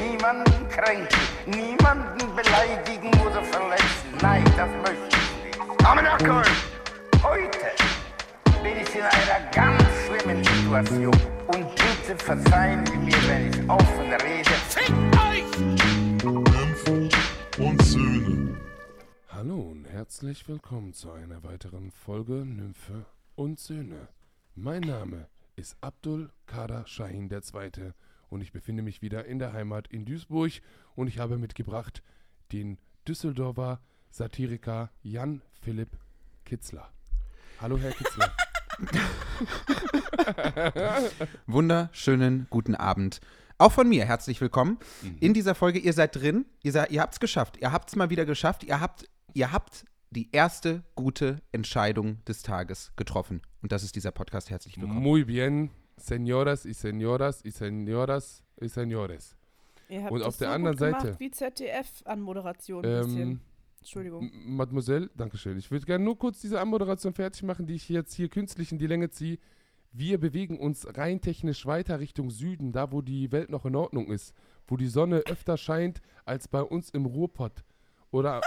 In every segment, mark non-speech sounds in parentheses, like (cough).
niemanden kränken, niemanden beleidigen oder verletzen. Nein, das möchte ich nicht. Aber na komm, heute bin ich in einer ganz schlimmen Situation. Und bitte verzeihen Sie mir, wenn ich offen rede. Fickt euch! Kämpfen und Söhne. Hallo und herzlich willkommen zu einer weiteren Folge Nymphe und Söhne. Mein Name ist Abdul Kader Shahin II. und ich befinde mich wieder in der Heimat in Duisburg und ich habe mitgebracht den Düsseldorfer Satiriker Jan Philipp Kitzler. Hallo Herr Kitzler. Wunderschönen guten Abend. Auch von mir herzlich willkommen. Mhm. In dieser Folge, ihr seid drin, ihr, seid, ihr habt es geschafft, ihr habt es mal wieder geschafft, ihr habt, ihr habt die erste gute Entscheidung des Tages getroffen. Und das ist dieser Podcast. Herzlich willkommen. Muy bien, señoras y señoras y señoras y señores. Ihr habt Und das auf der so anderen gut gemacht, Seite- Wie ZDF an Moderation ein Ähm, bisschen. Entschuldigung. M- Mademoiselle, Dankeschön. Ich würde gerne nur kurz diese Anmoderation fertig machen, die ich jetzt hier künstlich in die Länge ziehe. Wir bewegen uns rein technisch weiter Richtung Süden, da wo die Welt noch in Ordnung ist, wo die Sonne öfter scheint als bei uns im Ruhrpott oder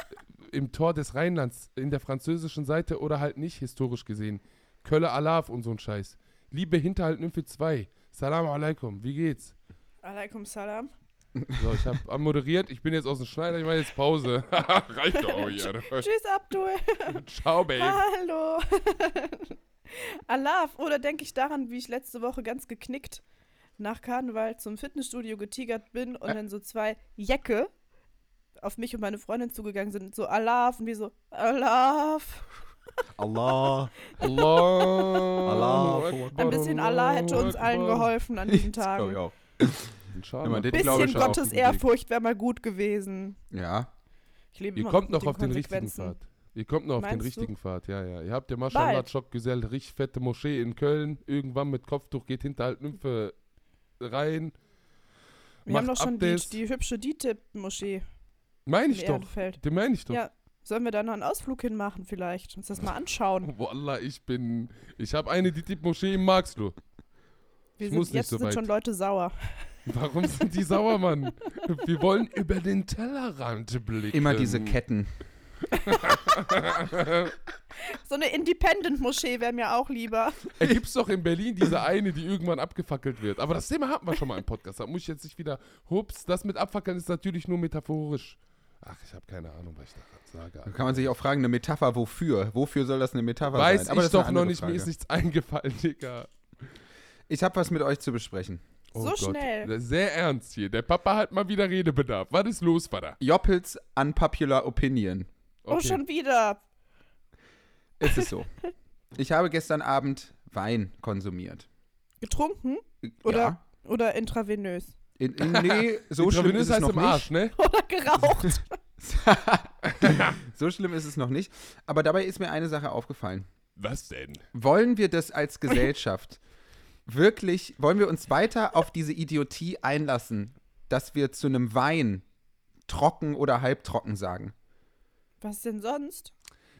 im Tor des Rheinlands, in der französischen Seite oder halt nicht, historisch gesehen. Kölle Alav und so ein Scheiß. Liebe Hinterhalt Nymphe 2. Salam alaikum, wie geht's? Alaikum salam. So, ich habe moderiert, ich bin jetzt aus dem Schneider, ich mache jetzt Pause. (laughs) Reicht doch auch hier. Äh, Tschüss, Abdul. Ciao, Babe. (laughs) Hallo. (laughs) Alaf. Oder denke ich daran, wie ich letzte Woche ganz geknickt nach Karneval zum Fitnessstudio getigert bin und dann so zwei Jecke auf mich und meine Freundin zugegangen sind. So Alaf. Und wir so Alaf. Allah. Allah. Allahu Ein bisschen oh Allah hätte uns allen geholfen an (laughs) diesen Glaube Tagen. ich Ein auch. Ein Den glaube bisschen ich auch. Gottesehrfurcht wäre mal gut gewesen. Mhm. Ja. Ich lebe Ihr immer kommt mit noch auf den richtigen Konsequenzen. Pfad. Ihr kommt noch auf den Meinst du? richtigen Pfad, ja, ja. Ihr habt ja Maschallah Bald. Schock gesell, richtig fette Moschee in Köln. Irgendwann mit Kopftuch geht hinter halt Nymphe rein. Wir haben macht doch schon die, Updates. die hübsche DTIP-Moschee Meine in ich doch. Ehrenfeld. Den meine ich doch. Ja, sollen wir da noch einen Ausflug hinmachen vielleicht? Uns das mal anschauen. Wallah, ich bin. Ich habe eine DITIB-Moschee im Marxloh. Wir Ich sind, muss nicht jetzt so sind weit. schon Leute sauer. Warum sind die (laughs) sauer, Mann? Wir wollen über den Tellerrand blicken. Immer diese Ketten. So eine Independent-Moschee wäre mir auch lieber. (laughs) Da gibt es doch in Berlin diese eine, die irgendwann abgefackelt wird. Aber das Thema hatten wir schon mal im Podcast. Da muss ich jetzt nicht wieder. Hups, das mit Abfackeln ist natürlich nur metaphorisch. Ach, ich habe keine Ahnung, was ich da sage. Da kann man sich auch fragen, eine Metapher wofür? Wofür soll das eine Metapher Weiß sein? Aber ich das ist eine doch noch andere nicht, mir Frage. ist nichts eingefallen, Digga. Ich habe was mit euch zu besprechen. Oh So schnell. Sehr ernst hier. Der Papa hat mal wieder Redebedarf. Was ist los, Vater? Joppels Unpopular Opinion. Oh, schon wieder. Es ist (laughs) so. ich habe gestern Abend Wein konsumiert. Getrunken oder, Ja. oder intravenös. (laughs) In, (laughs) in, nee, so Die schlimm Travinus ist es heißt noch im nicht. Arsch, ne? Oder (laughs) geraucht. (laughs) So schlimm ist es noch nicht. Aber dabei ist mir eine Sache aufgefallen. Was denn? Wollen wir das (laughs) als Gesellschaft wirklich, wollen wir uns weiter auf diese Idiotie einlassen, dass wir zu einem Wein trocken oder halbtrocken sagen? Was denn sonst?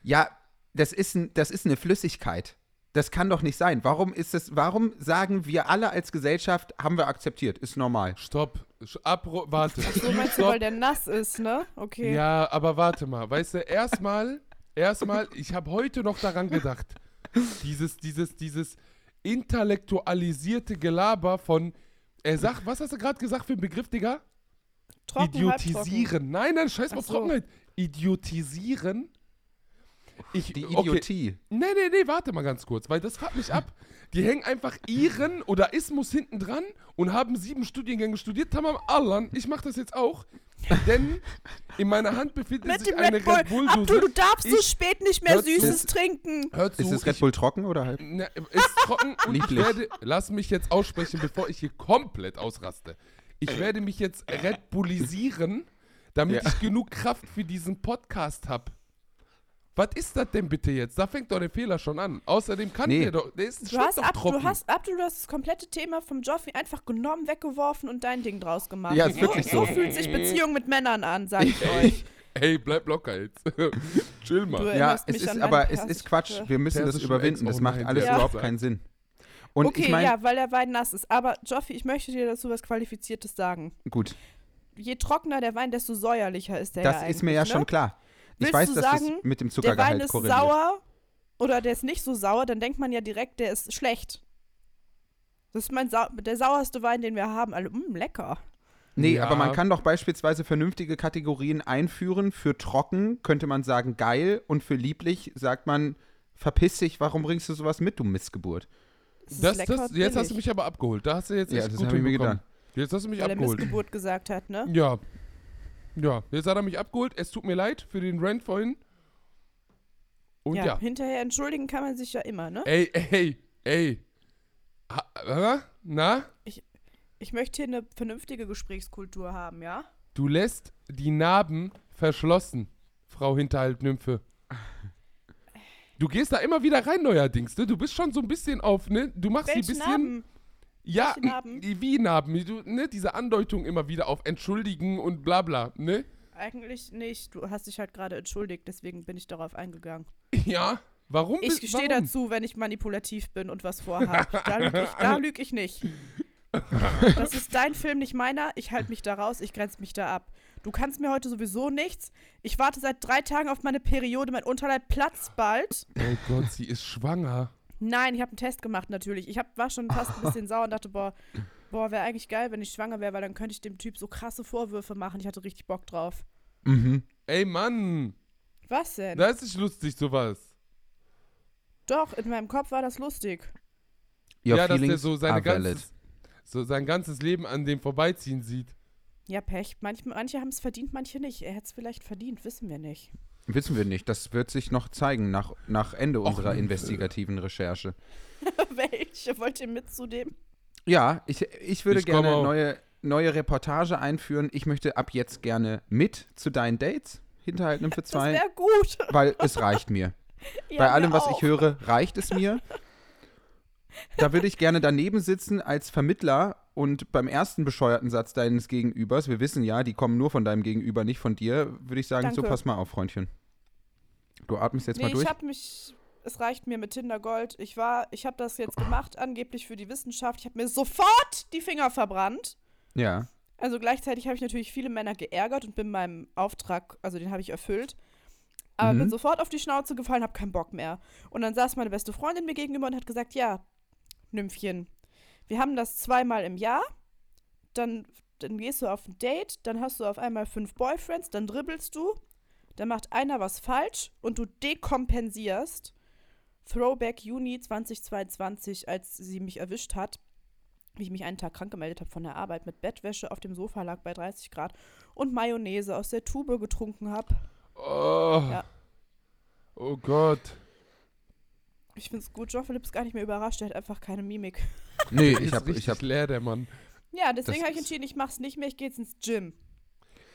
Ja, das ist, ein, das ist eine Flüssigkeit. Das kann doch nicht sein. Warum ist es, warum sagen wir alle als Gesellschaft, haben wir akzeptiert, ist normal. Stopp. Sch- Abro warte. So meinst du, Stopp. weil der nass ist, ne? Okay. Ja, aber warte mal, weißt du, erstmal, erstmal, ich habe heute noch daran gedacht, dieses, dieses, dieses intellektualisierte Gelaber von, er sagt, was hast du gerade gesagt für einen Begriff, Digga? Trocken, halbtrocken. Idiotisieren. Nein, nein, scheiß auf Ach so. Trockenheit. Idiotisieren. Ich, Die okay. Idiotie. Nee, nee, nee, warte mal ganz kurz, weil das fuckt mich ab. Die hängen einfach ihren oder Ismus hinten dran und haben sieben Studiengänge studiert. Tamam Allan, ich mach das jetzt auch, denn in meiner Hand befindet Mit sich dem eine Red Bull. Red Bull Dose. Abdul, du darfst so Ich- spät nicht mehr Hört zu. Süßes trinken. Hör zu, Ist es ich- Red Bull trocken oder halb? Na, ist trocken und ich Lieblich. werde, lass mich jetzt aussprechen, bevor ich hier komplett ausraste. Ich werde mich jetzt Red Bullisieren, damit Ja. ich genug Kraft für diesen Podcast habe. Was ist das denn bitte jetzt? Da fängt doch der Fehler schon an. Außerdem kann Nee. der doch, der ist Du schmeckt hast, doch ab, du, trocken. hast, ab, du hast das komplette Thema vom Joffi einfach genommen, weggeworfen und dein Ding draus gemacht. Ja, ist wirklich so. so. fühlt sich Beziehung mit Männern an, sag ich euch. Ey, ey, bleib locker jetzt. (laughs) Chill Du mal. Ja, erinnerst mich es ist, an aber meine es ist Quatsch. Persisch- Wir müssen das Persischen überwinden. Ex- Das oh macht nein, alles der überhaupt ist- keinen Sinn. Und okay, ich meine, ja, weil der Wein nass ist. Aber Joffi, ich möchte dir dazu was Qualifiziertes sagen. gut, je trockener der Wein, desto säuerlicher ist der Das ja ist mir eigentlich, ja ne? schon klar. ich Willst weiß, du dass sagen, das mit dem Der Wein Zuckergehalt ist korreliert. sauer oder der ist nicht so sauer, dann denkt man ja direkt, der ist schlecht. Das ist mein Sau der sauerste Wein, den wir haben. Alle, mh, lecker. Nee, Ja. aber man kann doch beispielsweise vernünftige Kategorien einführen. Für trocken könnte man sagen geil und für lieblich sagt man verpiss dich, warum bringst du sowas mit, du Missgeburt? Es ist Das, lecker das, und jetzt hast du billig, mich aber abgeholt. Da hast du jetzt Ja, echt das gut hab ich mir hinbekommen. gedacht. Jetzt hast du mich Weil er abgeholt. Missgeburt gesagt hat, ne? Ja. Ja, jetzt hat er mich abgeholt. Es tut mir leid für den Rant vorhin. Und ja. Hinterher entschuldigen kann man sich ja immer, ne? Ey, ey, ey. Ha, hä? na? Ich möchte hier eine vernünftige Gesprächskultur haben, ja? Du lässt die Narben verschlossen, Frau Hinterhaltnymphe. (laughs) Du gehst da immer wieder rein neuerdings, ne? Du bist schon so ein bisschen auf, ne? Du machst die Welche bisschen. Narben? Ja, Welche Narben? n- wie Narben? Du, ne? Diese Andeutung immer wieder auf Entschuldigen und bla bla, ne? Eigentlich nicht. Du hast dich halt gerade entschuldigt, deswegen bin ich darauf eingegangen. Ja. Warum? Ich bist- stehe warum? dazu, wenn ich manipulativ bin und was (laughs) vorhabe. Da lüge ich, da lüg ich nicht. Das ist dein Film, nicht meiner. Ich halte mich da raus, ich grenze mich da ab. Du kannst mir heute sowieso nichts. Ich warte seit drei Tagen auf meine Periode. Mein Unterleib platzt bald. Oh Gott, sie ist schwanger. Nein, ich habe einen Test gemacht natürlich. Ich hab, war schon fast ein bisschen sauer und dachte, boah, boah wäre eigentlich geil, wenn ich schwanger wäre, weil dann könnte ich dem Typ so krasse Vorwürfe machen. Ich hatte richtig Bock drauf. Mhm. Ey, Mann. Was denn? Das ist lustig, sowas. Doch, in meinem Kopf war das lustig. Your ja, dass der feelings so, seine are valid. ganzes, so sein ganzes Leben an dem vorbeiziehen sieht. Ja, Pech. Manch, manche haben es verdient, manche nicht. Er hätte es vielleicht verdient, wissen wir nicht. (laughs) Wissen wir nicht, das wird sich noch zeigen nach, nach Ende unserer Nymphe. investigativen Recherche. Welche? Wollt ihr mitzunehmen? Ja, ich, ich würde Ich komme gerne auch. neue, neue Reportage einführen. Ich möchte ab jetzt gerne mit zu deinen Dates hinterhalten für Das zwei, wäre gut. weil es reicht mir. (laughs) Ja, Bei mir allem, was auch. ich höre, reicht es mir. Da würde ich gerne daneben sitzen als Vermittler und beim ersten bescheuerten Satz deines Gegenübers, wir wissen ja, die kommen nur von deinem Gegenüber, nicht von dir, würde ich sagen, so Danke. pass mal auf, Freundchen. Du atmest jetzt Nee, mal durch. ich habe mich. Es reicht mir mit Tinder Gold. Ich war, ich habe das jetzt gemacht, angeblich für die Wissenschaft. Ich habe mir sofort die Finger verbrannt. (laughs) ja. Also gleichzeitig habe ich natürlich viele Männer geärgert und bin meinem Auftrag, also den habe ich erfüllt, aber Mhm. bin sofort auf die Schnauze gefallen, habe keinen Bock mehr. Und dann saß meine beste Freundin mir gegenüber und hat gesagt, ja, Nymphchen, wir haben das zweimal im Jahr, dann, dann gehst du auf ein Date, dann hast du auf einmal fünf Boyfriends, dann dribbelst du, dann macht einer was falsch und du dekompensierst. Throwback Juni 2022, als sie mich erwischt hat, wie ich mich einen Tag krank gemeldet habe von der Arbeit, mit Bettwäsche auf dem Sofa lag bei 30 Grad und Mayonnaise aus der Tube getrunken habe. Oh. Ja. Oh Gott. Ich finde es gut, John Philipp ist gar nicht mehr überrascht, er hat einfach keine Mimik. Nee, Der ich ist habe ich richtig hab leer, der Mann. Ja, deswegen Das habe ich ist- entschieden, ich mach's nicht mehr, ich gehe jetzt ins Gym.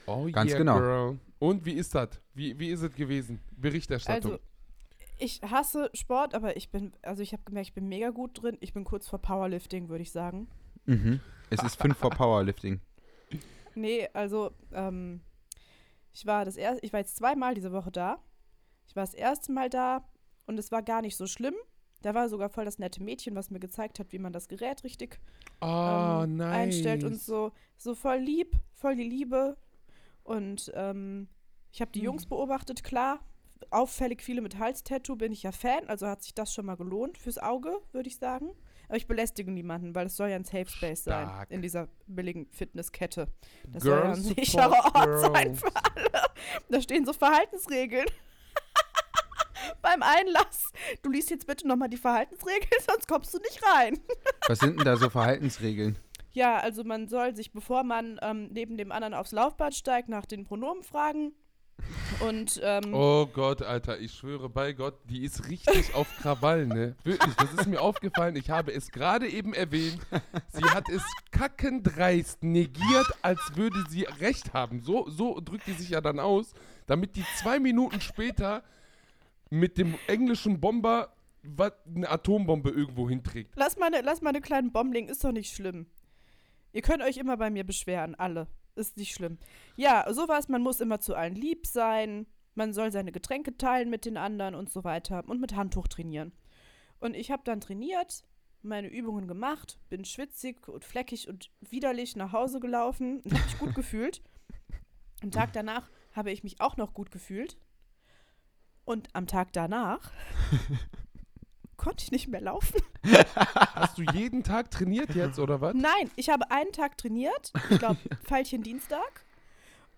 Oh Ganz yeah, genau. Girl. Und wie ist das? Wie, wie ist es gewesen? Berichterstattung. Also, ich hasse Sport, aber ich bin, also ich habe gemerkt, ich bin mega gut drin. Ich bin kurz vor Powerlifting, würde ich sagen. Mhm. Es ist 5 vor Powerlifting. Nee, also, ähm, ich war das erste, ich war jetzt zweimal diese Woche da. Ich war das erste Mal da und es war gar nicht so schlimm. Da war sogar voll das nette Mädchen, was mir gezeigt hat, wie man das Gerät richtig oh, ähm, nice. einstellt und so, so voll lieb, voll die Liebe. Und ähm, ich habe die Hm. Jungs beobachtet, klar. Auffällig viele mit Halstattoo bin ich ja Fan, also hat sich das schon mal gelohnt fürs Auge, würde ich sagen. Aber ich belästige niemanden, weil es soll ja ein Safe Space sein Stark. in dieser billigen Fitnesskette. Das soll Girl ja ein support sicherer (laughs) Ort sein girls. für alle. Da stehen so Verhaltensregeln. (laughs) Beim Einlass. Du liest jetzt bitte nochmal die Verhaltensregeln, (laughs) sonst kommst du nicht rein. Was sind denn da so Verhaltensregeln? Ja, also man soll sich, bevor man ähm, neben dem anderen aufs Laufband steigt, nach den Pronomen fragen. Und ähm, Oh Gott, Alter, ich schwöre bei Gott, die ist richtig auf Krawall, ne? Wirklich, das ist mir aufgefallen. Ich habe es gerade eben erwähnt. Sie hat es kackendreist negiert, als würde sie recht haben. So, so drückt die sich ja dann aus, damit die zwei Minuten später mit dem englischen Bomber was- eine Atombombe irgendwo hinträgt. lass meine, lass meine kleinen Bombling, ist doch nicht schlimm. Ihr könnt euch immer bei mir beschweren, alle. Ist nicht schlimm. Ja, sowas, man muss immer zu allen lieb sein. Man soll seine Getränke teilen mit den anderen und so weiter. Und mit Handtuch trainieren. Und ich habe dann trainiert. meine Übungen gemacht, bin schwitzig und fleckig und widerlich nach Hause gelaufen und habe mich gut gefühlt. Am Tag danach habe ich mich auch noch gut gefühlt. Und am Tag danach konnte ich nicht mehr laufen. Hast du jeden Tag trainiert jetzt oder was? Nein, ich habe einen Tag trainiert, (laughs) ich glaube, Pfeilchen Dienstag.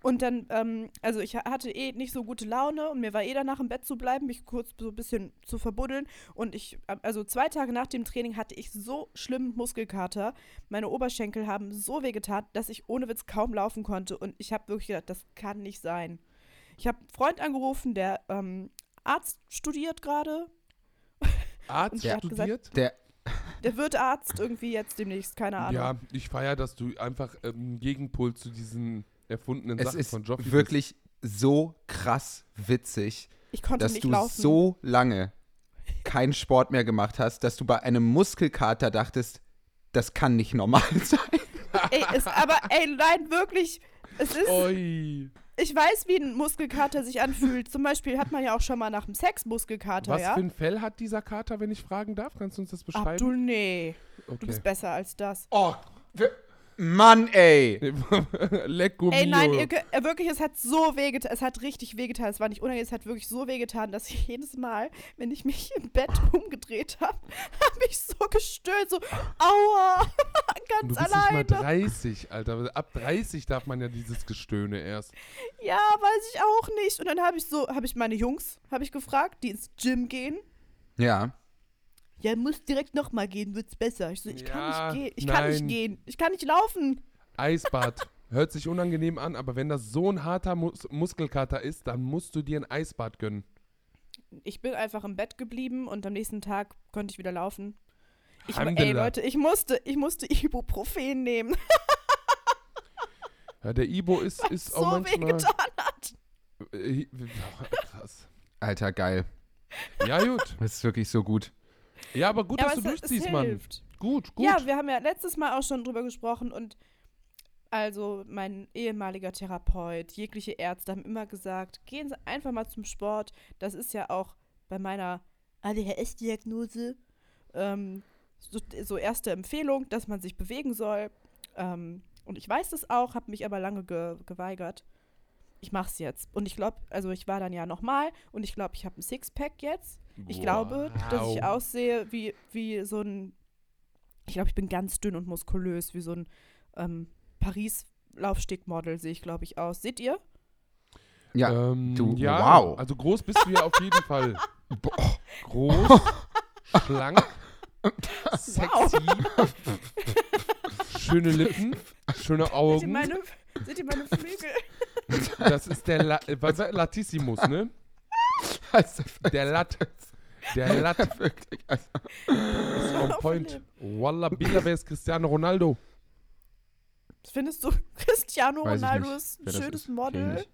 Und dann, ähm, also ich ha- hatte eh nicht so gute Laune und mir war eh danach im Bett zu bleiben, mich kurz so ein bisschen zu verbuddeln. Und ich, äh, also zwei Tage nach dem Training hatte ich so schlimm Muskelkater. Meine Oberschenkel haben so wehgetan, dass ich ohne Witz kaum laufen konnte. Und ich habe wirklich gedacht, das kann nicht sein. Ich habe einen Freund angerufen, der ähm, Arzt studiert gerade. Arzt Und der hat gesagt, studiert? Der, Der wird Arzt irgendwie jetzt demnächst, keine Ahnung. Ja, ich feiere, dass du einfach ähm, Gegenpol zu diesen erfundenen es Sachen ist von Joffi bist. wirklich so krass witzig, ich konnte dass nicht du laufen. so lange keinen Sport mehr gemacht hast, dass du bei einem Muskelkater dachtest, das kann nicht normal (laughs) sein. Ey, es, aber ey, nein, wirklich. Es ist, Oh. Oi. ich weiß, wie ein Muskelkater sich anfühlt. Zum Beispiel hat man ja auch schon mal nach dem Sex Muskelkater, Was ja? für ein Fell hat dieser Kater, wenn ich fragen darf? Kannst du uns das Ach beschreiben? du nee. Du okay. (laughs) bist besser als das. Oh, Mann, ey. (laughs) Lecco Ey, mio. nein, ihr, ge- äh, wirklich, es hat so wehgetan. Es hat richtig wehgetan. Es war nicht unangenehm, es hat wirklich so wehgetan, dass ich jedes Mal, wenn ich mich im Bett (laughs) umgedreht habe, habe ich so gestöhnt, so, aua, (laughs) du ganz bist nicht mal alleine. 30, Alter. Ab 30 darf man ja dieses Gestöhne erst. Ja, weiß ich auch nicht. Und dann habe ich so, habe ich meine Jungs, habe ich gefragt, die ins Gym gehen. Ja. Ja, muss direkt nochmal gehen, wird's besser. Ich so, ich Ja, kann nicht gehen. Ich kann nein. nicht gehen. Ich kann nicht laufen. Eisbad. Hört sich unangenehm an, aber wenn das so ein harter Mus Muskelkater ist, dann musst du dir ein Eisbad gönnen. Ich bin einfach im Bett geblieben und am nächsten Tag konnte ich wieder laufen. Ich, ey, Alhamdulillah. Leute, ich musste, ich musste Ibuprofen nehmen, (laughs) Ja, der Ibo ist, weil es ist so auch manchmal... wehgetan hat. Äh, krass. Alter, geil. Ja, gut. Das ist wirklich so gut. Ja, aber gut, Ja, dass aber du es- es durchziehst, Mann. hilft. Gut, gut. Ja, wir haben ja letztes Mal auch schon drüber gesprochen und also mein ehemaliger Therapeut, jegliche Ärzte haben immer gesagt, gehen Sie einfach mal zum Sport. Das ist ja auch bei meiner ADHS-Diagnose ähm, so, so erste Empfehlung, dass man sich bewegen soll. Ähm, und ich weiß das auch, habe mich aber lange ge geweigert. Ich mach's jetzt. Und ich glaube, also ich war dann ja nochmal und ich glaube, ich habe ein Sixpack jetzt. Ich glaube, dass ich Wow. aussehe wie, wie so ein, ich glaube, ich bin ganz dünn und muskulös, wie so ein ähm, Paris-Laufstegmodel sehe ich, glaube ich, aus. Seht ihr? Ja. Ähm, Du- ja, wow. Also groß bist du ja auf jeden (laughs) Fall. Boah. Groß, schlank, sexy, schöne Lippen, schöne Seht ihr Augen. meine, seht ihr (laughs) meine Flügel? Das ist der La äh, was war- Latissimus, ne? Also, Der Lat. Der Lat wirklich. Also, ist on point. Walla Billa, wer ist Cristiano Ronaldo? Findest du, Cristiano Weiß ich Ronaldo nicht, ist ein wer das schönes ist. Kenn ich Model? nicht.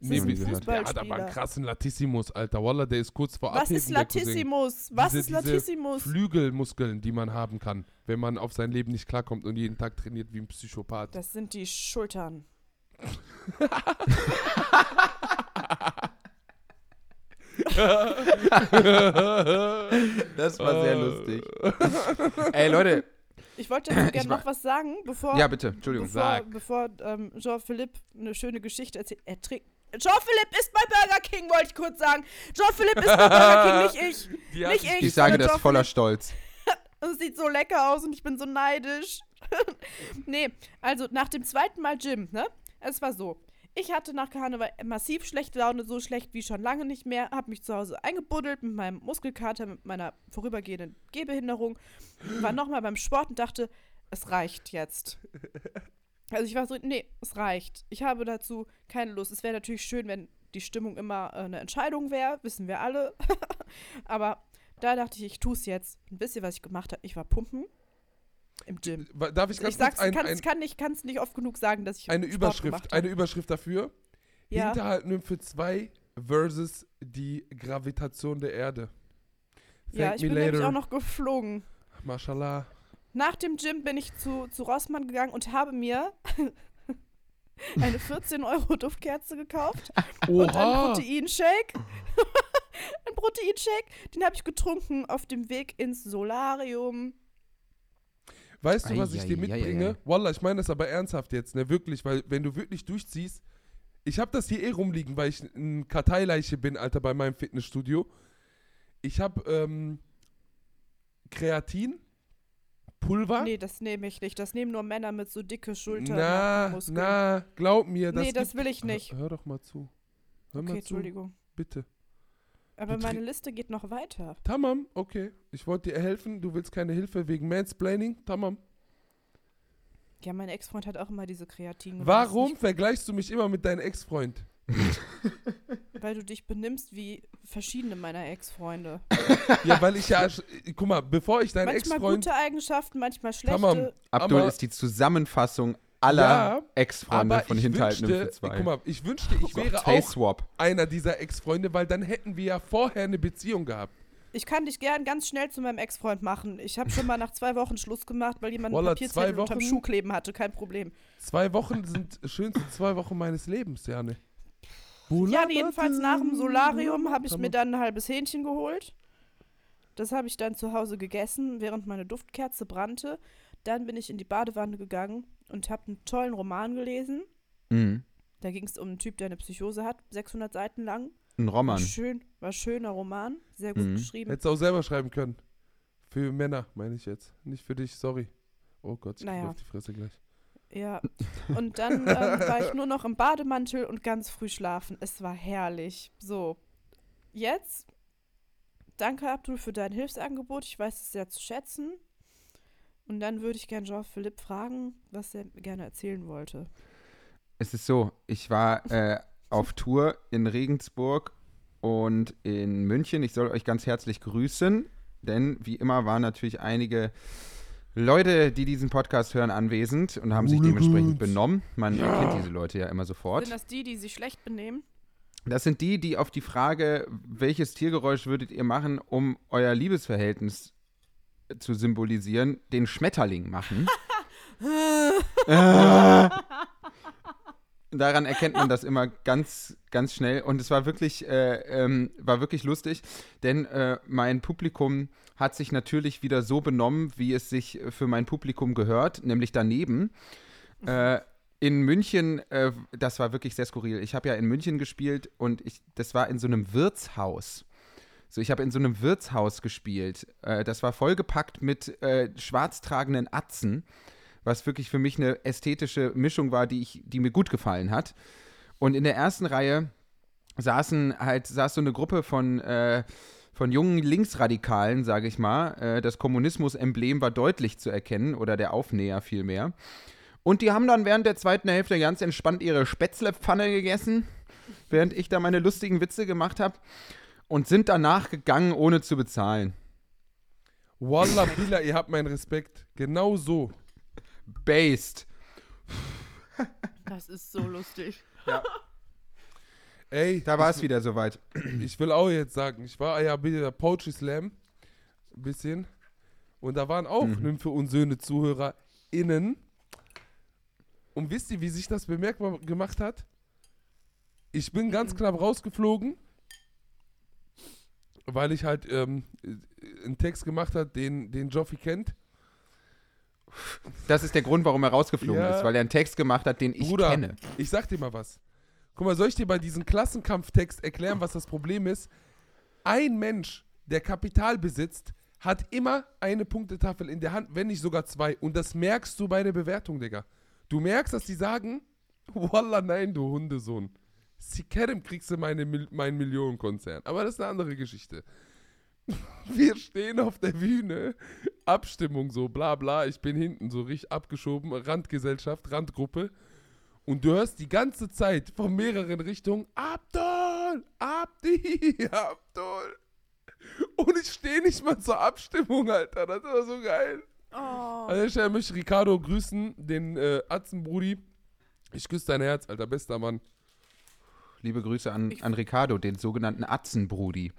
Das Nee, ist ein wie gesagt, der hat aber Fußballspieler. einen krassen Latissimus, Alter. Walla, der ist kurz vor Was ist Abheben, der Cousin. Latissimus? Was Diese- ist diese Latissimus? Flügelmuskeln, die man haben kann, wenn man auf sein Leben nicht klarkommt und jeden Tag trainiert wie ein Psychopath. Das sind die Schultern. Das war sehr lustig. (laughs) Ey, Leute. (coughs) Ich wollte dazu gerne war- noch was sagen, bevor, Ja, bitte. Entschuldigung. bevor, bevor ähm, Jean-Philippe eine schöne Geschichte erzählt. Er trinkt. Jean-Philippe ist bei Burger King, wollte ich kurz sagen. Jean-Philippe ist bei Burger King, (laughs) nicht ich. Ja, nicht ich. Ich sage sondern das voller Jean-Philippe. Stolz. Es sieht so lecker aus und ich bin so neidisch. nee, also nach dem zweiten Mal Gym, ne? Es war so. Ich hatte nach Karneval massiv schlechte Laune, so schlecht wie schon lange nicht mehr. Hab mich zu Hause eingebuddelt mit meinem Muskelkater, mit meiner vorübergehenden Gehbehinderung. War nochmal beim Sport und dachte, es reicht jetzt. Also ich war so, nee, es reicht. Ich habe dazu keine Lust. Es wäre natürlich schön, wenn die Stimmung immer äh, eine Entscheidung wäre, wissen wir alle. (laughs) Aber da dachte ich, ich tue es jetzt. Und wisst ihr, was ich gemacht habe? Ich war pumpen im Gym. Wa- Darf ich ganz Ich kurz sag's, ein, kann, ein, ich kann nicht, kann's nicht oft genug sagen, dass ich eine Sport Überschrift, gemacht eine habe. Überschrift dafür? ja. Hinterhalt nur für zwei versus die Gravitation der Erde. Thank ja, ich me bin nämlich later. auch noch geflogen. Mashallah. Nach dem Gym bin ich zu, zu Rossmann gegangen und habe mir (laughs) eine 14 Euro Duftkerze gekauft und einen Oha! Proteinshake. (laughs) einen Proteinshake, den habe ich getrunken auf dem Weg ins Solarium. Weißt du, was ich dir Eieieiei. mitbringe? Wallah, ich meine das aber ernsthaft jetzt, ne? Wirklich, weil wenn du wirklich durchziehst, ich habe das hier eh rumliegen, weil ich ein Karteileiche bin, Alter, bei meinem Fitnessstudio. Ich habe ähm, Kreatin, Pulver. Nee, das nehme ich nicht. Das nehmen nur Männer mit so dicke Schultern. na, Nackenmuskeln. na, glaub mir, das nee, das gibt- will ich nicht. Hör, hör doch mal zu. Hör Okay, mal zu, Entschuldigung. bitte. Aber Du meine trink- Liste geht noch weiter. Tamam, okay. Ich wollte dir helfen, du willst keine Hilfe wegen Mansplaining. Tamam. Ja, mein Ex-Freund hat auch immer diese Kreatin. Warum vergleichst du mich immer mit deinem Ex-Freund? Weil du dich benimmst wie verschiedene meiner Ex-Freunde. Ja, weil ich ja. Guck mal, bevor ich deinen Manchmal Ex-Freund. gute Eigenschaften, manchmal schlechte. Tamam. Abdul aber- ist die Zusammenfassung aller Ja, Ex-Freunde Aber von ich Hinterhalten wünschte, im 2 guck mal, ich wünschte, Oh ich wäre Face auch Swap. einer dieser Ex-Freunde, weil dann hätten wir ja vorher eine Beziehung gehabt. Ich kann dich gern ganz schnell zu meinem Ex-Freund machen. Ich habe schon mal nach zwei Wochen Schluss gemacht, weil jemand einen Wallah, Papierzettel zwei unterm Wochen? Schuh kleben hatte. Kein Problem. Zwei (laughs) Wochen sind schönste zwei Wochen meines Lebens, Jane. Ja, jedenfalls nach dem Solarium habe ich Tamam. mir dann ein halbes Hähnchen geholt. Das habe ich dann zu Hause gegessen, während meine Duftkerze brannte. Dann bin ich in die Badewanne gegangen und habe einen tollen Roman gelesen. Mhm. Da ging es um einen Typ, der eine Psychose hat, 600 Seiten lang. Ein War Roman. schön, war schöner Roman, sehr gut Oh Mhm. geschrieben. Hättest du auch selber schreiben können. Für Männer, meine ich jetzt. Nicht für dich, sorry. Oh Gott, ich Naja. krieg auf die Fresse gleich. Ja. Und dann ähm, war ich nur noch im Bademantel und ganz früh schlafen. Es war herrlich. So. Jetzt. Danke, Abdul, für dein Hilfsangebot. Ich weiß es sehr zu schätzen. Und dann würde ich gerne Jean-Philippe fragen, was er gerne erzählen wollte. Es ist so, ich war äh, auf Tour in Regensburg und in München. Ich soll euch ganz herzlich grüßen, denn wie immer waren natürlich einige Leute, die diesen Podcast hören, anwesend und haben sich Hooligans. dementsprechend benommen. Man erkennt diese Leute ja immer sofort. Sind das die, die sich schlecht benehmen? Das sind die, die auf die Frage, welches Tiergeräusch würdet ihr machen, um euer Liebesverhältnis zu symbolisieren, den Schmetterling machen. Äh. Daran erkennt man das immer ganz, ganz schnell. Und es war wirklich, äh, ähm, war wirklich lustig, denn äh, mein Publikum hat sich natürlich wieder so benommen, wie es sich für mein Publikum gehört, nämlich daneben. Äh, in München, äh, das war wirklich sehr skurril. Ich habe ja in München gespielt und ich, das war in so einem Wirtshaus. So, ich habe in so einem Wirtshaus gespielt. Äh, das war vollgepackt mit äh, schwarztragenden Atzen, was wirklich für mich eine ästhetische Mischung war, die, ich, die mir gut gefallen hat. Und in der ersten Reihe saßen halt, saß so eine Gruppe von, äh, von jungen Linksradikalen, sage ich mal. Äh, das Kommunismus-Emblem war deutlich zu erkennen oder der Aufnäher vielmehr. Und die haben dann während der zweiten Hälfte ganz entspannt ihre Spätzlepfanne gegessen, während ich da meine lustigen Witze gemacht habe und sind danach gegangen, ohne zu bezahlen. Wallah, Bila, ihr habt meinen Respekt. Genau so. Based. Das ist so lustig. Ey, Da war es wieder soweit. (clears throat) ich will auch jetzt sagen, ich war ja bei der Poetry Slam. Ein bisschen. Und da waren auch Nymphe und Söhne ZuhörerInnen. Und wisst ihr, wie sich das bemerkbar gemacht hat? Ich bin ganz knapp rausgeflogen, weil ich halt ähm, äh, einen Text gemacht habe, den, den Joffi kennt. Das ist der Grund, warum er rausgeflogen Ja. ist, weil er einen Text gemacht hat, den ich Bruder, kenne. ich sag dir mal was. Guck mal, soll ich dir bei diesem Klassenkampftext erklären, was das Problem ist? Ein Mensch, der Kapital besitzt, hat immer eine Punktetafel in der Hand, wenn nicht sogar zwei. Und das merkst du bei der Bewertung, Digga. Du merkst, dass die sagen, (laughs) Wallah, nein, du Hundesohn. Sikerem kriegst du meine, Mil- meinen Millionenkonzern. Aber das ist eine andere Geschichte. (laughs) Wir stehen auf der Bühne, Abstimmung so, bla bla, ich bin hinten so richtig abgeschoben, Randgesellschaft, Randgruppe. Und du hörst die ganze Zeit von mehreren Richtungen Abdul, Abdi, (laughs) Abdul. Und ich stehe nicht mal zur Abstimmung, Alter. Das war so geil. An der Stelle möchte ich Ricardo grüßen, den äh, Atzenbrudi. Ich küsse dein Herz, alter bester Mann. Liebe Grüße an, an Ricardo, den sogenannten Atzenbrudi.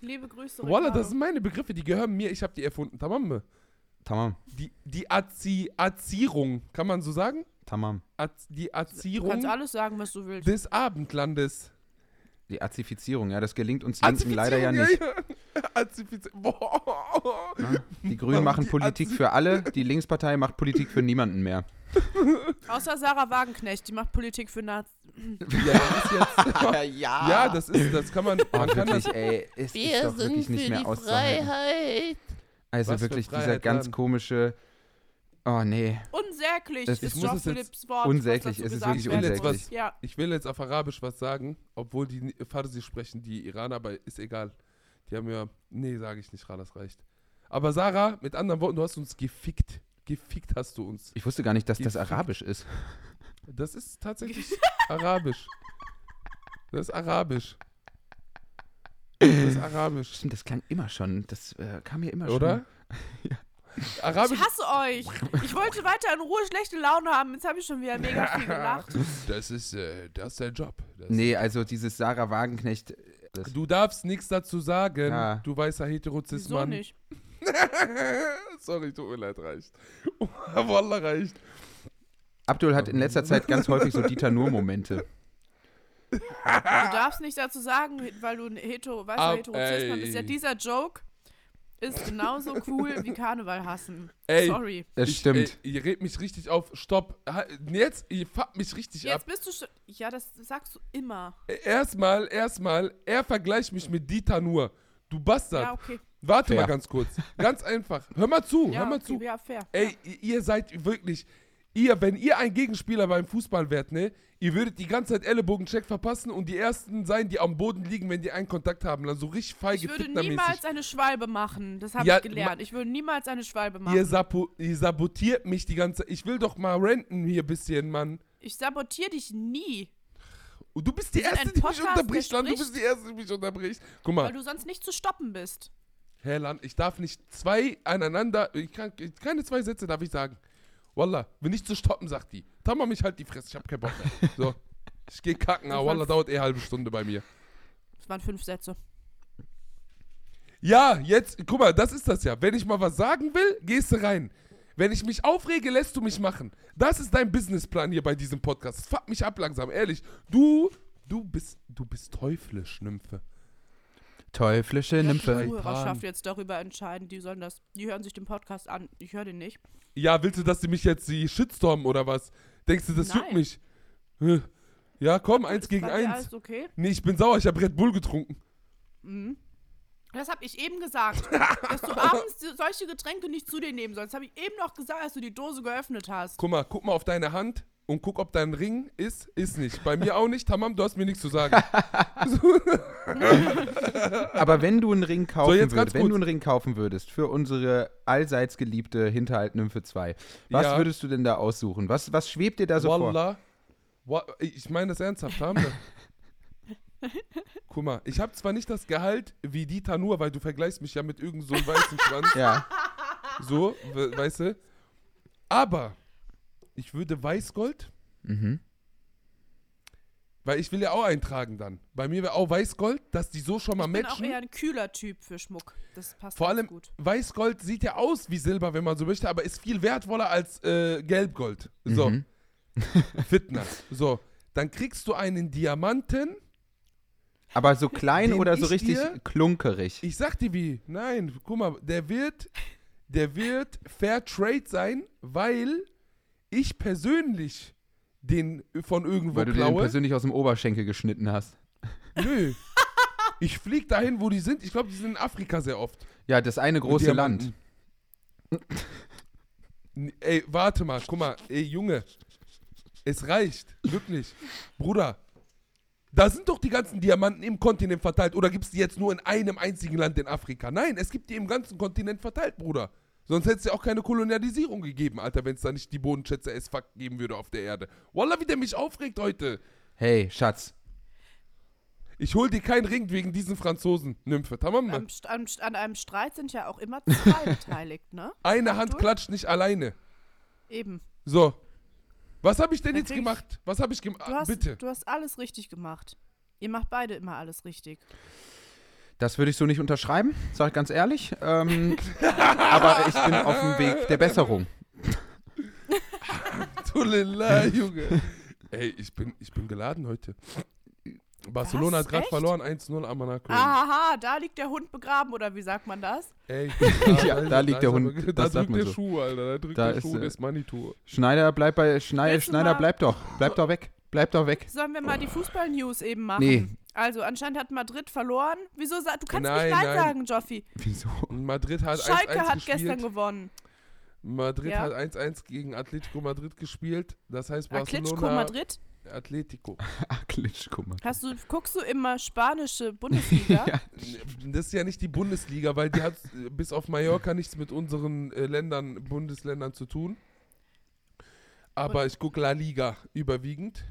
Liebe Grüße. Wallah, das sind meine Begriffe, die gehören mir, ich habe die erfunden. Tamamme. Tamam, Die, die Azi, Azierung, kann man so sagen? tamam. Az, die Du kannst Azierung alles sagen, was du willst. des Abendlandes. Die Azifizierung, ja, das gelingt uns Linken leider ja nicht. (laughs) Azifizierung. Boah. Die Grünen machen Die Politik Azi- für alle, die Linkspartei macht Politik für niemanden mehr. Außer Sarah Wagenknecht, die macht Politik für Nazis. Ja, das ist jetzt. (laughs) Ah, ja, das ist, das kann (laughs) man. Oh, Man kann das. wirklich, ey, es ist doch wirklich nicht mehr auszuhalten. Also Was für wirklich dieser Freiheit ganz dann? komische. Oh nee. Unsäglich Das- ich ist muss John es jetzt- Philipps Wort. Unsäglich, was dazu es ist gesagt wirklich werden muss. unsäglich. Ja, Ich will jetzt auf Arabisch was sagen, obwohl die Farsi sprechen, die Iraner, aber ist egal. Die haben ja. Nee, sage ich nicht, Ra, das reicht. Aber Sarah, mit anderen Worten, du hast uns gefickt. Gefickt hast du uns. Ich wusste gar nicht, dass das Gefickt. Arabisch ist. Das ist (laughs) tatsächlich Arabisch. Das ist Arabisch. Das ist Arabisch. Stimmt, das klang immer schon. Das äh, kam mir immer Oder? (laughs) ich Arabisch. hasse euch. Ich wollte weiter in Ruhe schlechte Laune haben. Jetzt habe ich schon wieder mega (laughs) viel gelacht. Das ist, äh, das ist dein Job. Das schon. Nee, also dieses Sarah Wagenknecht. Das, Du darfst nichts dazu sagen, Ja. du weißer heterozis Wieso Mann. nicht? (laughs) Sorry, tut mir leid, reicht. (laughs) Wallah, reicht. Abdul hat Ähm, in letzter Zeit ganz häufig (laughs) so Dieter Nur-Momente. Du darfst nicht dazu sagen, weil du ein hetero, weißer Ab- Heterozismann ey. bist. Ja, dieser Joke ist genauso cool wie Karneval hassen. Ey. Sorry. Das Ich, stimmt. Ey, ihr redet mich richtig auf. Stopp. Ha- Jetzt, ihr fuckt mich richtig Jetzt ab. bist du schon. Ja, das sagst du immer. Erstmal, erstmal, er vergleicht mich mit Dieter nur. Du Bastard. Ja, okay. Warte Fair. mal ganz kurz. Ganz einfach. Hör mal zu, Ja, hör mal okay, zu. Ja, fair. Ey, i- ihr seid wirklich. Ihr, wenn ihr ein Gegenspieler beim Fußball wärt, ne, ihr würdet die ganze Zeit Ellenbogencheck verpassen und die ersten sein, die am Boden liegen, wenn die einen Kontakt haben. Dann so richtig feige Ich würde Fitnermäßig. niemals eine Schwalbe machen. Das habe Ja, ich gelernt. Ich würde niemals eine Schwalbe machen. Ihr, sabo ihr sabotiert mich die ganze Zeit. Ich will doch mal renten hier ein bisschen, Mann. ich sabotiere dich nie, Und du bist die sind Erste, ein die mich Podcast, der unterbricht, Lan. Du spricht. bist die Erste, die mich unterbricht. Guck weil mal, du sonst nicht zu stoppen bist. Herr Lan, ich darf nicht zwei aneinander, ich kann, keine zwei Sätze darf ich sagen. Wallah, wenn nicht zu stoppen, sagt die. Tammer mich halt die Fresse, ich hab keinen Bock mehr. So, ich geh kacken, aber Wallah, dauert eh eine halbe Stunde bei mir. Das waren fünf Sätze. Ja, jetzt, guck mal, das ist das ja. Wenn ich mal was sagen will, gehst du rein. Wenn ich mich aufrege, lässt du mich machen. Das ist dein Businessplan hier bei diesem Podcast. Fuck mich ab langsam, ehrlich. Du, du bist, du bist teuflisch, Nymphe. Teuflische Die Nymphe. Hörerschaft jetzt darüber entscheiden. Die sollen das. Die hören sich den Podcast an. Ich höre den nicht. Ja, willst du, dass sie mich jetzt sie shitstormen oder was? Denkst du, das juckt Nein. mich? Hä? Ja, komm, eins Ist gegen bei dir also eins. Alles okay? Nee, ich bin sauer, ich habe Red Bull getrunken. Das habe ich eben gesagt, (laughs) dass du abends so- solche Getränke nicht zu dir nehmen sollst. Das habe ich eben noch gesagt, als du die Dose geöffnet hast. Guck mal, guck mal auf deine Hand und guck, ob dein Ring ist, ist nicht. Bei mir auch nicht. Tamam, du hast mir nichts (laughs) zu sagen. Aber wenn du einen Ring kaufen jetzt würdest, ganz wenn kurz. du einen Ring kaufen würdest für unsere allseits geliebte Hinterhalt-Nymphe 2, was Ja. würdest du denn da aussuchen? Was, was schwebt dir da so vor? Wallah. Wa ich meine das ernsthaft, (laughs) haben wir. Guck mal, ich habe zwar nicht das Gehalt wie Dieter nur, weil du vergleichst mich ja mit irgend so einem weißen Schwanz, Ja. so, we weißt du? Aber ich würde Weißgold, Mhm. weil ich will ja auch eintragen dann. Bei mir wäre auch Weißgold, dass die so schon mal Ich bin auch matchen. eher ein kühler Typ für Schmuck. Das passt Vor ganz allem gut. Weißgold sieht ja aus wie Silber, wenn man so möchte, aber ist viel wertvoller als äh, Gelbgold. So. (laughs) Mhm. Fitner. So. Dann kriegst du einen Diamanten. Aber so klein Den oder so ich richtig dir- klunkerig? Ich sag dir wie. Nein, guck mal, der wird, der wird Fair Trade sein, weil ich persönlich den von irgendwo Weil du dir den klaue. persönlich aus dem Oberschenkel geschnitten hast. Nö. Ich flieg dahin, wo die sind. Ich glaube, die sind in Afrika sehr oft. Ja, das eine Mit große Land. Diamanten. N- Ey, warte mal, guck mal, ey, Junge. Es reicht, wirklich. Bruder, da sind doch die ganzen Diamanten im Kontinent verteilt. Oder gibt es die jetzt nur in einem einzigen Land in Afrika? Nein, es gibt die im ganzen Kontinent verteilt, Bruder. Sonst hätte es ja auch keine Kolonialisierung gegeben, Alter, wenn es da nicht die Bodenschätze as fuck geben würde auf der Erde. Wallah, wie der mich aufregt heute. Hey, Schatz. Ich hol dir keinen Ring wegen diesen Franzosen, Nymphe. Tamam, Mann. Am, St- am, St- an einem Streit sind ja auch immer (laughs) zwei beteiligt, ne? Eine Hand durch. klatscht nicht alleine. Eben. So. Was habe ich denn Dann jetzt krieg ich- gemacht? Was habe ich Du hast, gemacht? Ah, Bitte. (laughs) du hast alles richtig gemacht. Ihr macht beide immer alles richtig. Das würde ich so nicht unterschreiben, sag ich ganz ehrlich. Ähm, (laughs) aber ich bin auf dem Weg der Besserung. Tulila, Junge. Ey, ich bin, ich bin geladen heute. Barcelona Was? hat gerade Echt? verloren, 1-0 am Monaco. Aha, Ah, da liegt der Hund begraben, oder wie sagt man das? Ey, Ja, da liegt der ist Hund, aber- Da das sagt drückt man der so. Schuh, Alter. Da drückt Da der ist, Schuh äh, des Manitou. Schneider, bleib bei Schneider, Willst du Schneider, mal- bleib doch, bleib doch weg, bleib doch (laughs) weg. Sollen wir mal die Fußball-News eben machen? Nee. Also, anscheinend hat Madrid verloren. Wieso? sa- Du kannst Nein, nicht Nein nein. sagen, Joffi. Wieso? Madrid hat 1-1 Schalke hat gespielt. gestern gewonnen. Ah, Madrid Ja. hat 1-1 gegen Atletico Madrid gespielt. Das heißt Barcelona. Atletico Madrid. Atletico. Ah, Klitschko, Mann. Hast du, guckst du immer (laughs) spanische (laughs) Bundesliga? Ja. Das ist ja nicht die Bundesliga, weil die hat äh, bis auf Mallorca nichts mit unseren äh, Ländern, Bundesländern zu tun. Aber ich gucke La Liga überwiegend.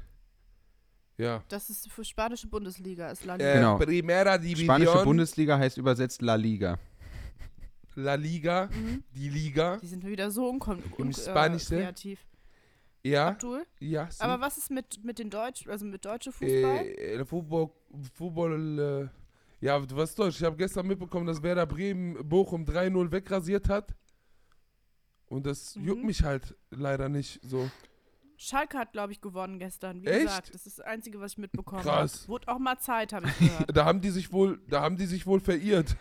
Ja. Das ist für spanische Bundesliga, ist Land. Äh, Genau. Primera División. Spanische Bundesliga heißt übersetzt La Liga. La Liga. Mhm. Die Liga. Die sind wieder so unkom- Im un Spanische? äh, kreativ. Ja. Abdul? Ja. sí. Aber was ist mit, mit den Deutsch, also mit deutschem Fußball? Äh, äh, Fußball, Fußball, äh, ja, was Deutsch. Ich habe gestern mitbekommen, dass Werder Bremen Bochum 3-0 wegrasiert hat. Und das Mhm. juckt mich halt leider nicht so. Schalke hat, glaube ich, gewonnen gestern. Wie Echt? gesagt, das ist das Einzige, was ich mitbekommen habe. Krass. Wurde auch mal Zeit, habe ich gehört. Da haben die sich wohl, da haben die sich wohl verirrt.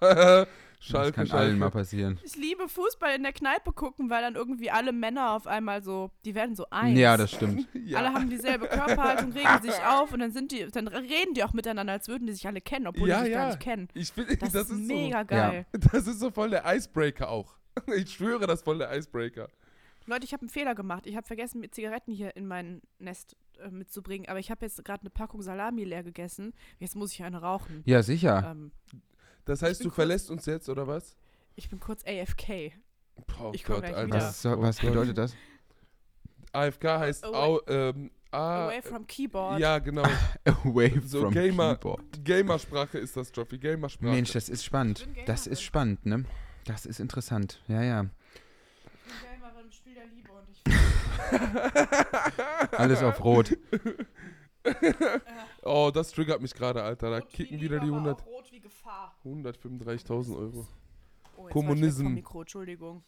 Das Schalke, kann allen mal Schalke. passieren. Ich liebe Fußball in der Kneipe gucken, weil dann irgendwie alle Männer auf einmal so, die werden so eins. Ja, das stimmt. Alle haben dieselbe Körperhaltung, regen sich auf und dann sind die, dann reden die auch miteinander, als würden die sich alle kennen, obwohl Ja, die sich ja. gar nicht (laughs) kennen. Ich finde, Das, das, ist, mega so. geil. Das ist so voll der Icebreaker auch. (laughs) Ich schwöre, das ist voll der Icebreaker. Leute, ich habe einen Fehler gemacht. Ich habe vergessen, mir Zigaretten hier in mein Nest äh, mitzubringen, aber ich habe jetzt gerade eine Packung Salami leer gegessen. Jetzt muss ich eine rauchen. Ja, sicher. Ähm, Das heißt, du verlässt uns jetzt, oder was? ich bin kurz AFK. Oh Ich komm gleich wieder. Was, so- was Oh Gott. bedeutet das? (laughs) AFK heißt Away- au, ähm, A, Away from Keyboard. Ja, genau. Away So from Gamer- keyboard. Gamersprache ist das, Joffi. Gamersprache. Mensch, (laughs) das ist spannend. bin Gamerin. Das ist spannend, ne? Das ist interessant. Ja, ja. Ich bin immer beim Spiel der Liebe und ich Alles auf Rot. oh, das triggert mich gerade, Alter. Da kicken wieder die 100, Rot wie Gefahr. 135.000 Euro. Oh, jetzt Kommunism. war ich weg vom Mikro, Entschuldigung.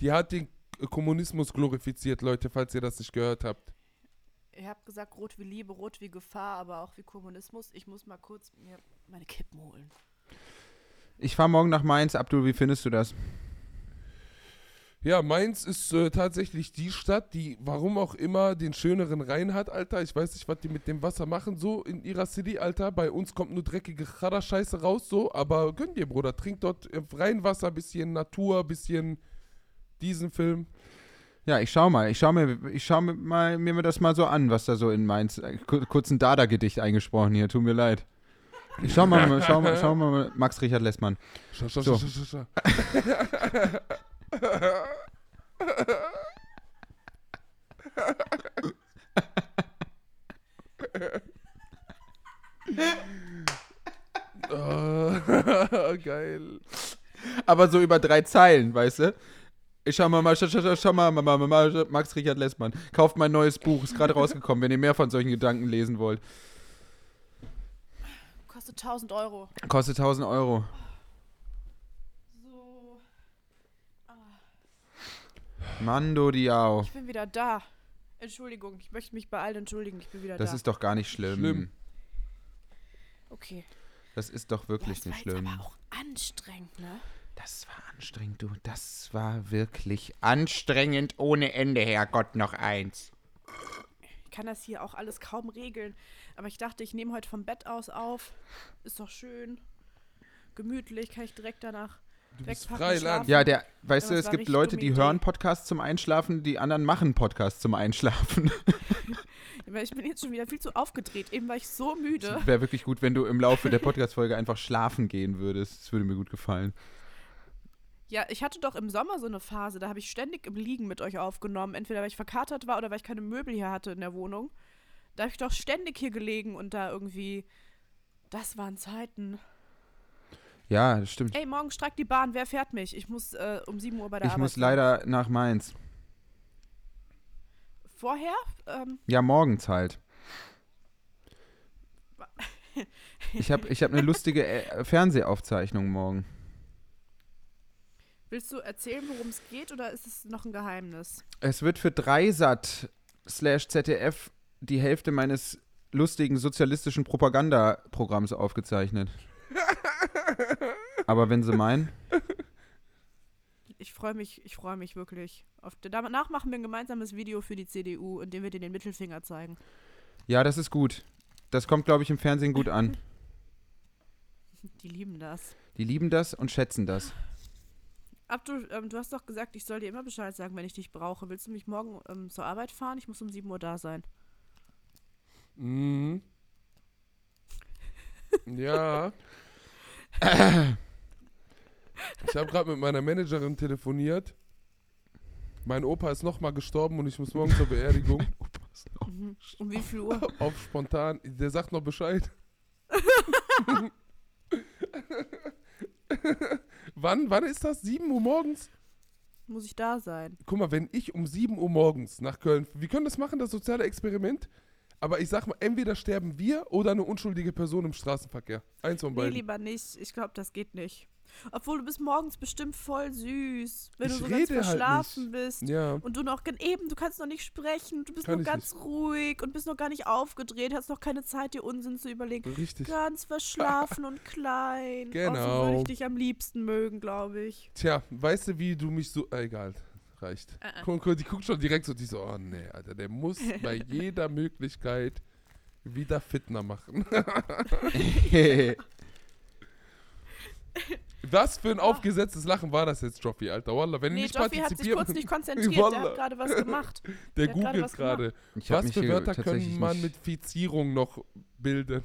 Die hat den Kommunismus glorifiziert, Leute, falls ihr das nicht gehört habt. Ihr habt gesagt, rot wie Liebe, rot wie Gefahr, aber auch wie Kommunismus. Ich muss mal kurz mir meine Kippen holen. Ich fahre morgen nach Mainz. Abdul, wie findest du das? Ja, Mainz ist äh, tatsächlich die Stadt, die warum auch immer den schöneren Rhein hat, Alter. Ich weiß nicht, was die mit dem Wasser machen, so in ihrer City, Alter. Bei uns kommt nur dreckige Chara-Scheiße raus, so. Aber gönn dir, Bruder. Trink dort äh, Rheinwasser, bisschen Natur, bisschen diesen Film. Ja, ich schau mal. Ich schau mir, ich schau mir, mal, mir mir das mal so an, was da so in Mainz. äh, Kur- Kurz ein Dada-Gedicht eingesprochen hier. Tut mir leid. Ich schau mal, schau mal, schau mal, Max Richard Lessmann. Scha, scha, So. scha, scha, scha. Oh, geil. Aber so über drei Zeilen, weißt du? Ich schau mal, mal, schau, schau, schau, schau mal, mal, mal, mal, mal, Max Richard Lessmann. Kauft mein neues Buch, ist gerade rausgekommen, wenn ihr mehr von solchen Gedanken lesen wollt. Kostet 1000 Euro. Kostet 1000 Euro. So, Mando Diao. ich bin wieder da. Entschuldigung, ich möchte mich bei allen entschuldigen. Ich bin wieder Das da. ist doch gar nicht schlimm. Schlimm. okay. Das ist doch wirklich das war nicht jetzt schlimm. aber auch anstrengend, ne? Das war anstrengend, du. Das war wirklich anstrengend ohne Ende, Herrgott, noch eins. Ich kann das hier auch alles kaum regeln. Aber ich dachte, ich nehme heute vom Bett aus auf. Ist doch schön. Gemütlich, kann ich direkt danach du bist frei, Land. Ja, der, weißt Aber du, es es war gibt richtig Leute, dumme die Idee. hören Podcasts zum Einschlafen, die anderen machen Podcasts zum Einschlafen. (laughs) Weil Ich bin jetzt schon wieder viel zu aufgedreht. Eben war ich so müde. Wäre wirklich gut, wenn du im Laufe der Podcast-Folge einfach schlafen gehen würdest. Das würde mir gut gefallen. Ja, ich hatte doch im Sommer so eine Phase, da habe ich ständig im Liegen mit euch aufgenommen. Entweder weil ich verkatert war oder weil ich keine Möbel hier hatte in der Wohnung. Da habe ich doch ständig hier gelegen und da irgendwie. Das waren Zeiten. Ja, das stimmt. Ey, morgen streikt die Bahn. Wer fährt mich? Ich muss äh, um 7 Uhr bei der Ich Arbeit. muss sein. leider nach Mainz. Vorher? Ähm, Ja, morgens halt. Ich habe ich hab eine lustige äh, Fernsehaufzeichnung morgen. willst du erzählen, worum es geht oder ist es noch ein Geheimnis? Es wird für Dreisat slash ZDF die Hälfte meines lustigen sozialistischen Propagandaprogramms aufgezeichnet. Aber wenn sie meinen, Ich freue mich, ich freue mich wirklich. Auf, danach machen wir ein gemeinsames Video für die CDU, in dem wir dir den Mittelfinger zeigen. (laughs) ja, das ist gut. Das kommt, glaube ich, im Fernsehen gut an. Die lieben das. Die lieben das und schätzen das. Abdul, ähm, du hast doch gesagt, ich soll dir immer Bescheid sagen, wenn ich dich brauche. Willst du mich morgen ähm, zur Arbeit fahren? Ich muss um 7 Uhr da sein. Mhm. Ja. Ich habe gerade mit meiner Managerin telefoniert. Mein Opa ist nochmal gestorben und ich muss morgen zur Beerdigung Um wie viel (laughs) Uhr? auf spontan. Der sagt noch Bescheid. wann, wann ist das? 7 Uhr morgens? muss ich da sein? Guck mal, wenn ich um 7 Uhr morgens nach Köln. Wir können das machen, das soziale Experiment. Aber ich sag mal, entweder sterben wir oder eine unschuldige Person im Straßenverkehr. Eins von Nee, Um beiden. lieber nicht. Ich glaube, das geht nicht. Obwohl du bist morgens bestimmt voll süß, wenn Ich du so ganz rede halt verschlafen nicht. bist. ja. Und du noch gen- eben, du kannst noch nicht sprechen, du bist Kann noch ich ganz ruhig und bist noch gar nicht aufgedreht, hast noch keine Zeit, dir Unsinn zu überlegen. Richtig. Ganz verschlafen und klein. Genau. Oh, so würde ich dich am liebsten mögen, glaube ich. Tja, weißt du, wie du mich so. Ah, egal, reicht. Äh, äh. Guck, guck, die guckt schon direkt so, die so, oh nee, Alter, der muss (laughs) bei jeder Möglichkeit wieder Fitner machen. Was für ein aufgesetztes Lachen war das jetzt, Joffi, Alter? Wallah, Oh. wenn ihr Nee, nicht Joffi hat sich partizipiert, kurz (laughs) nicht konzentriert, der Wallah. hat gerade was gemacht. der der hat gerade googelt was gemacht. gerade. Ich hab Was mich für hier Wörter tatsächlich kann man nicht- mit Fizierung noch bilden?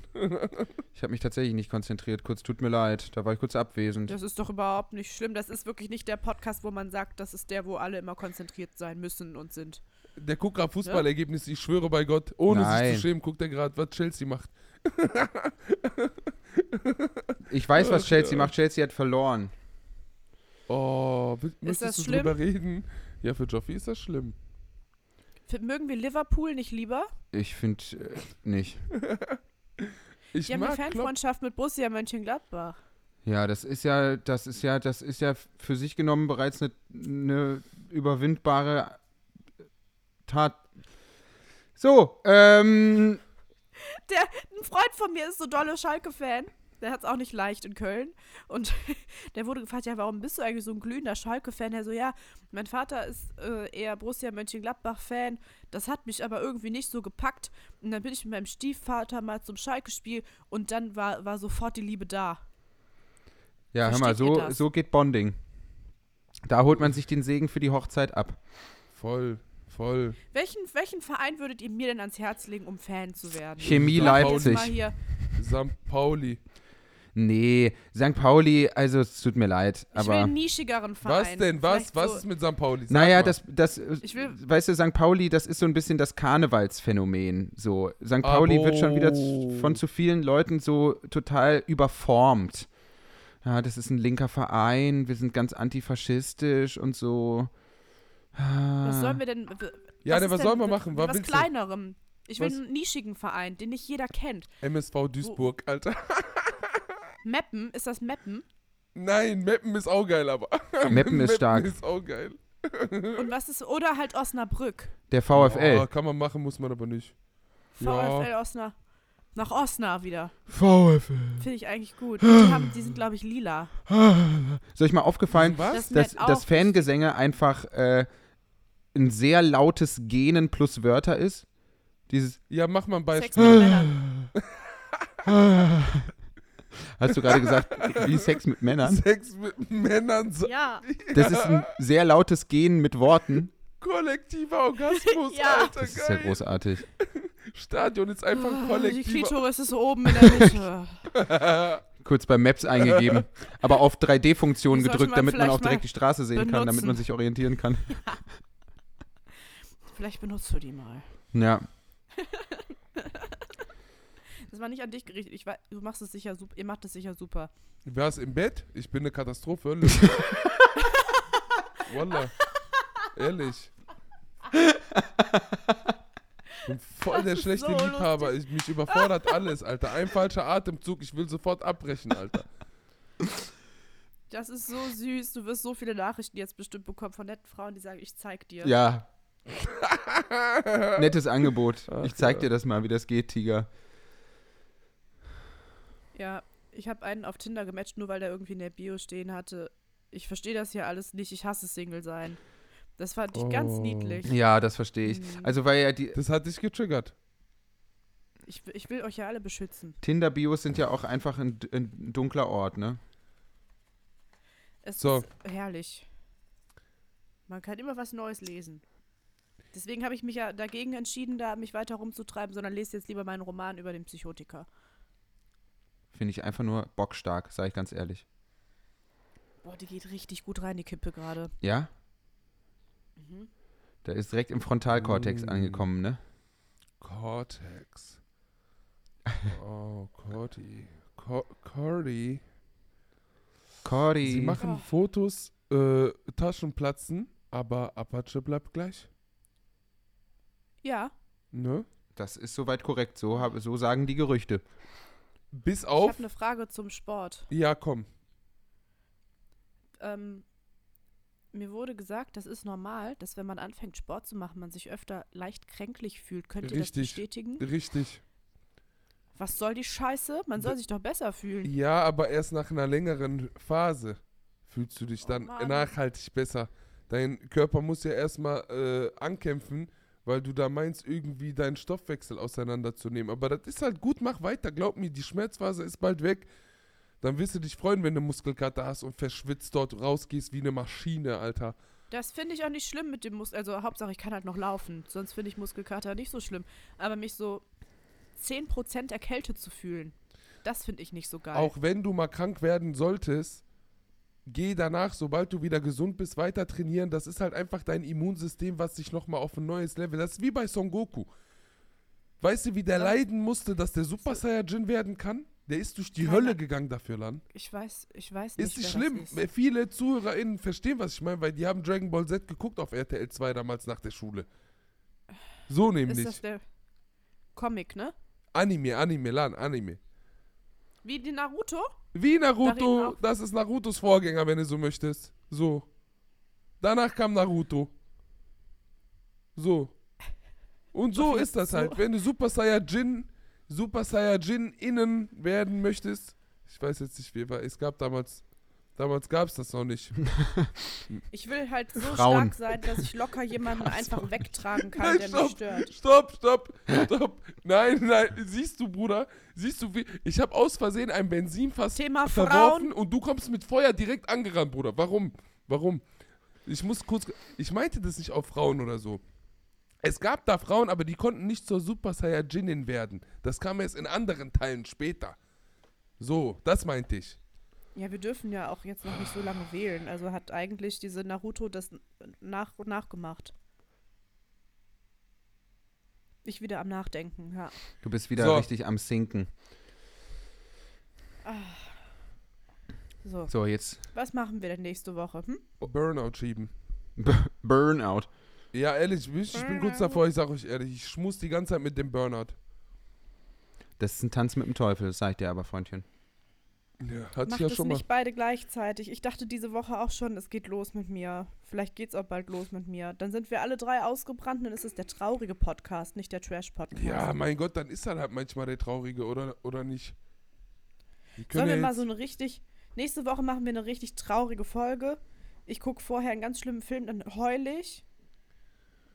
ich habe mich tatsächlich nicht konzentriert. Kurz, tut mir leid. Da war ich kurz Hm. abwesend. Das ist doch überhaupt nicht schlimm. Das ist wirklich nicht der Podcast, wo man sagt, das ist der, wo alle immer konzentriert sein müssen und sind. Der guckt gerade Fußballergebnisse, ich schwöre bei Gott, ohne sich Nein. zu schämen, guckt er gerade, was Chelsea macht. Ich weiß, was Ach, Chelsea ja. macht. Chelsea hat verloren. Oh, will- das möchtest du schlimm? drüber reden? Ja, für Joffi ist das schlimm. F- Mögen wir Liverpool nicht lieber? Ich finde äh, nicht. Ich Die haben eine mag Klopp Fanfreundschaft mit Borussia Mönchengladbach. Ja, das ist ja, das ist ja, das ist ja für sich genommen bereits eine, eine überwindbare Tat. So, ähm, Der, ein Freund von mir ist so dolle Schalke-Fan. Der hat es auch nicht leicht in Köln. Und (laughs) der wurde gefragt, ja, warum bist du eigentlich so ein glühender Schalke-Fan? Er so, ja, mein Vater ist äh, eher Borussia Mönchengladbach-Fan. Das hat mich aber irgendwie nicht so gepackt. Und dann bin ich mit meinem Stiefvater mal zum Schalke-Spiel und dann war, war sofort die Liebe da. ja, hör mal, Versteht ihr so, das? so geht Bonding. Da holt man sich den Segen für die Hochzeit ab. Voll, voll. Welchen, welchen Verein würdet ihr mir denn ans Herz legen, um Fan zu werden? Chemie Sag mal Jetzt mal Leipzig. hier. St. Pauli. Nee, St. Pauli, also es tut mir leid, Ich will aber. einen nischigeren Verein. Was denn? Was? Vielleicht Was so- ist mit St. Pauli? Sag Naja, mal. das, das, Ich will- weißt du, St. Pauli, das ist so ein bisschen das Karnevalsphänomen. So, St. Ah, Pauli wird schon wieder zu, oh. Abo. von zu vielen Leuten so total überformt. Ja, das ist ein linker Verein, wir sind ganz antifaschistisch und so. Was sollen wir denn. Ja, ne, ist was denn sollen wir mit- machen? mit Was Was willst du? kleinerem. Ich will Was? einen nischigen Verein, den nicht jeder kennt. MSV Duisburg, Alter. Meppen, ist das Meppen? Nein, Meppen ist auch geil, aber. Meppen ist stark. ist auch geil. Und was ist. Oder halt Osnabrück. Der VfL. Oh, kann man machen, muss man aber nicht. Ja. VfL Osnabrück. Nach Osna wieder. VfL. Finde ich eigentlich (gasps) gut. Die, haben, die sind, glaube ich, lila. Soll ich mal aufgefallen, Was? Das ist dass, nett auch. dass Fangesänge einfach äh, ein sehr lautes Gähnen plus Wörter ist? Dieses. Ja, mach mal ein Sex Beispiel. mit (laughs) Männern. Hast du gerade gesagt, (laughs) wie Sex mit Männern? Sex mit Männern, so Ja. Das ist ein sehr lautes Gehen mit Worten. kollektiver Orgasmus, Ja. Alter, Das ist ja geil. großartig. Stadion ist einfach Ah, Die kollektiver. Klitoris ist oben in der (laughs) Mitte. Kurz bei Maps eingegeben, (laughs) aber auf 3D-Funktionen Die sollte gedrückt, man damit man vielleicht auch direkt mal die Straße sehen kann, damit benutzen. man sich orientieren (laughs) kann. Vielleicht benutzt du die mal. Ja. Das war nicht an dich gerichtet. Ich weiß, du machst es sicher super. Ihr macht es sicher super. Wär's im Bett? Ich bin eine Katastrophe. (laughs) Wallah. Ehrlich. Ich bin voll der ist schlechte so Liebhaber. Ich, mich überfordert alles, Alter. Ein falscher Atemzug, ich will sofort abbrechen, Alter. Das ist so süß. Du wirst so viele Nachrichten jetzt bestimmt bekommen von netten Frauen, die sagen, ich zeig dir. Ja. (laughs) Nettes Angebot. Ach, Ich zeig ja. dir das mal, wie das geht, Tiger. Ja, ich habe einen auf Tinder gematcht, nur weil der irgendwie in der Bio stehen hatte. Ich verstehe das hier alles nicht. Ich hasse Single sein. Das fand ich ganz Oh. niedlich. Ja, das verstehe ich. Mhm. Also, weil ja die Das hat dich getriggert. Ich, ich will euch ja alle beschützen. Tinder-Bios sind ja auch einfach ein, ein dunkler Ort, ne? Es So. ist herrlich. Man kann immer was Neues lesen. Deswegen habe ich mich ja dagegen entschieden, da mich weiter rumzutreiben, sondern lese jetzt lieber meinen Roman über den Psychotiker. Finde ich einfach nur bockstark, sage ich ganz ehrlich. Boah, die geht richtig gut rein, die Kippe gerade. Ja? Mhm. Da ist direkt im Frontalkortex Mm. angekommen, ne? Cortex. Oh, Cordy. Cor Cordy. Sie Cordy. machen Oh. Fotos, äh, Taschen platzen, aber Apache bleibt gleich. Ja, Ne? Das ist soweit korrekt. So, hab, so sagen die Gerüchte. Bis ich ne auf. habe eine Frage zum Sport. Ja, komm. Ähm, mir wurde gesagt, das ist normal, dass wenn man anfängt, Sport zu machen, man sich öfter leicht kränklich fühlt. Könnt ihr das Richtig. bestätigen? Richtig. Was soll die Scheiße? Man soll D- sich doch besser fühlen. Ja, aber erst nach einer längeren Phase fühlst du dich Oh dann Mann. nachhaltig besser. Dein Körper muss ja erstmal äh, ankämpfen, weil du da meinst, irgendwie deinen Stoffwechsel auseinanderzunehmen. Aber das ist halt gut, mach weiter. Glaub mir, die Schmerzphase ist bald weg. Dann wirst du dich freuen, wenn du Muskelkater hast und verschwitzt dort rausgehst wie eine Maschine, Alter. Das finde ich auch nicht schlimm mit dem Muskel. Also Hauptsache, ich kann halt noch laufen. Sonst finde ich Muskelkater nicht so schlimm. Aber mich so 10% erkältet zu fühlen, das finde ich nicht so geil. Auch wenn du mal krank werden solltest, geh danach, sobald du wieder gesund bist, weiter trainieren. Das ist halt einfach dein Immunsystem, was dich nochmal auf ein neues Level. Das ist wie bei Son Goku. Weißt du, wie der Ja. leiden musste, dass der Super Saiyajin werden kann? Der ist durch die Keine- Hölle gegangen dafür, Lan. Ich weiß, ich weiß nicht. Ist nicht wer schlimm. Äh, Das ist. Viele ZuhörerInnen verstehen, was ich meine, weil die haben Dragon Ball Z geguckt auf RTL 2 damals nach der Schule. So ist nämlich. das der Comic, ne? Anime, Anime, Lan, Anime. Wie die Naruto? Wie Darin Naruto, auch- das ist Narutos Vorgänger, wenn du so möchtest. So. Danach kam Naruto. So. Und so Okay, ist das so. halt. Wenn du Super Saiyajin, Super Saiyajin innen werden möchtest. Ich weiß jetzt nicht, wie war. Es gab damals. Damals gab es das noch nicht. Ich will halt so Frauen. stark sein, dass ich locker jemanden einfach wegtragen kann, Nein, der mich stopp, stört. stopp, stopp, stopp. Nein, nein, siehst du, Bruder, siehst du, wie ich habe aus Versehen ein Benzinfass Thema verworfen Frauen. und du kommst mit Feuer direkt angerannt, Bruder. Warum? Warum? Ich muss kurz, ich meinte das nicht auf Frauen oder so. Es gab da Frauen, aber die konnten nicht zur Super Saiyajinin werden. Das kam erst in anderen Teilen später. So, das meinte ich. Ja, wir dürfen ja auch jetzt noch nicht so lange wählen. Also hat eigentlich diese Naruto das nach nachgemacht. Ich wieder am Nachdenken, ja. Du bist wieder So. richtig am Sinken. So, So, jetzt was machen wir denn nächste Woche? Hm? Burnout schieben. B Burnout. Ja, ehrlich, ich ich bin kurz davor, ich sag euch ehrlich, ich schmus die ganze Zeit mit dem Burnout. Das ist ein Tanz mit dem Teufel, das sag ich dir aber, Freundchen. Ja, hat sich Macht ja es schon mal. nicht beide gleichzeitig. Ich dachte diese Woche auch schon, es geht los mit mir. Vielleicht geht's auch bald los mit mir. Dann sind wir alle drei ausgebrannt, dann ist es der traurige Podcast, nicht der Trash-Podcast. Ja, mein Gott, dann ist er halt manchmal der Traurige, oder, oder nicht? Die Sollen können wir ja mal jetzt- so eine richtig. Nächste Woche machen wir eine richtig traurige Folge. Ich gucke vorher einen ganz schlimmen Film, dann heul ich.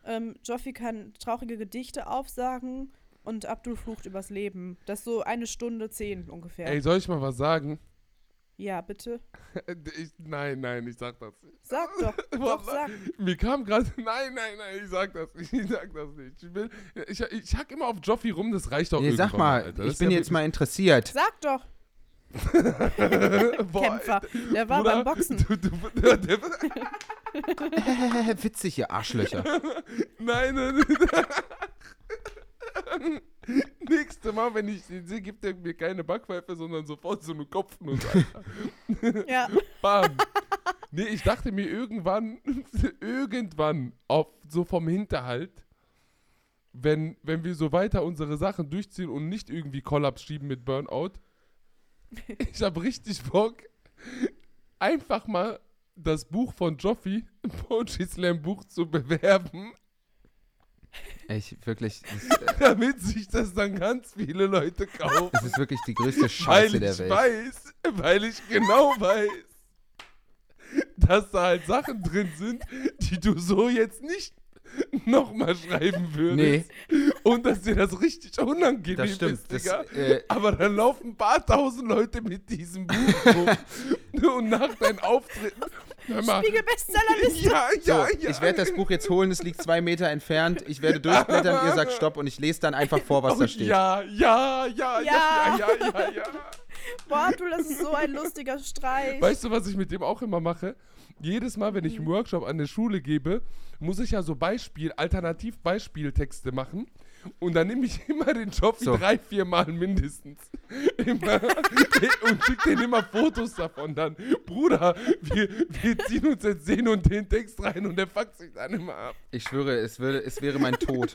Ähm, Joffi kann traurige Gedichte aufsagen und Abdul flucht übers Leben. Das ist so eine Stunde zehn ungefähr. Ey, soll ich mal was sagen? (laughs) Ja, bitte. Ich, nein, nein, ich sag das nicht. Sag (laughs) doch. doch, sag. Mir kam gerade. (laughs) Nein, nein, nein, ich sag das nicht. Ich sag das nicht. Ich, will, ich, ich hack immer auf Joffi rum, das reicht doch Nee, Oh, irgendwann. sag mal, Alter. Das ich ist bin ja jetzt mal interessiert. Sag doch, wirklich- (laughs) Boah, Kämpfer. Der war Bruder, beim Boxen. (laughs) Du, du, der, der, (laughs) Witzig, ihr (laughs) Arschlöcher. nein, nein, nein. (laughs) Nächstes Mal, wenn ich den sehe, gibt er mir keine Backpfeife, sondern sofort so eine Kopfnuss, Alter. Ja. Bam. (laughs) Nee, ich dachte mir irgendwann, (laughs) irgendwann, auf, so vom Hinterhalt, wenn, wenn wir so weiter unsere Sachen durchziehen und nicht irgendwie Kollaps schieben mit Burnout, ich habe richtig Bock, einfach mal das Buch von Joffi, Poetry Slam Buch, zu bewerben (laughs) Ich wirklich, es, damit sich das dann ganz viele Leute kaufen. es ist wirklich die größte Weil Scheiße ich der Welt. weiß, weil ich genau weiß, dass da halt Sachen drin sind, die du so jetzt nicht nochmal schreiben Nee, würdest. Und dass dir das richtig unangenehm das stimmt. ist, Das, Digga. äh, aber dann laufen ein paar tausend Leute mit diesem Buch (laughs) rum. Und nach deinen Auftritten. Hör mal, Spiegel-Bestsellerliste. (laughs) ja, so, ja, ja. ich werde das Buch jetzt holen, es liegt zwei Meter entfernt. Ich werde durchblättern, ihr sagt Stopp und ich lese dann einfach vor, was Oh, da steht. Ja, ja, ja, ja, Ja. ja, ja, ja. ja. (laughs) Boah, Arthur, das ist so ein lustiger Streich. Weißt du, was ich mit dem auch immer mache? Jedes Mal, wenn ich Mhm. einen Workshop an der Schule gebe, muss ich ja so Beispiel, Alternativ-Beispieltexte machen. Und dann nehme ich (laughs) immer den Joffi So. drei, vier Mal mindestens. (laughs) Immer. (laughs) und schicke denen immer Fotos davon dann. Bruder, wir, wir ziehen uns jetzt den und den Text rein und der fuckt sich dann immer ab. Ich schwöre, es, würde, es wäre mein Tod.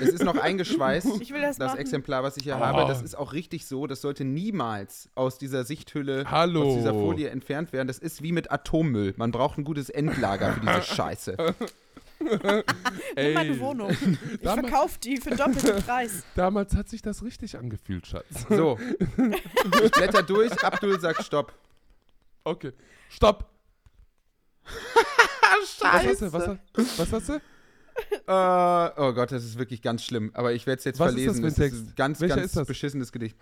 es ist noch eingeschweißt, Ich will das machen. Exemplar, was ich hier Oh. habe. Das ist auch richtig so. Das sollte niemals aus dieser Sichthülle, Hallo. aus dieser Folie entfernt werden. Das ist wie mit Atommüll. Man braucht ein gutes Endlager für diese Scheiße. Nimm meine (laughs) Wohnung. Ich Da ma- verkaufe die für (laughs) doppelten Preis. Damals hat sich das richtig angefühlt, Schatz. So. Ich blätter durch, Abdul sagt Stopp. (laughs) Okay. (laughs) Stopp! Scheiße! Was hast du? Was, was hast du? Äh, oh Gott, das ist wirklich ganz schlimm. Aber ich werde es jetzt Was ist verlesen. das für ein ist Text? ein ganz, Welcher ganz ist das? beschissenes Gedicht.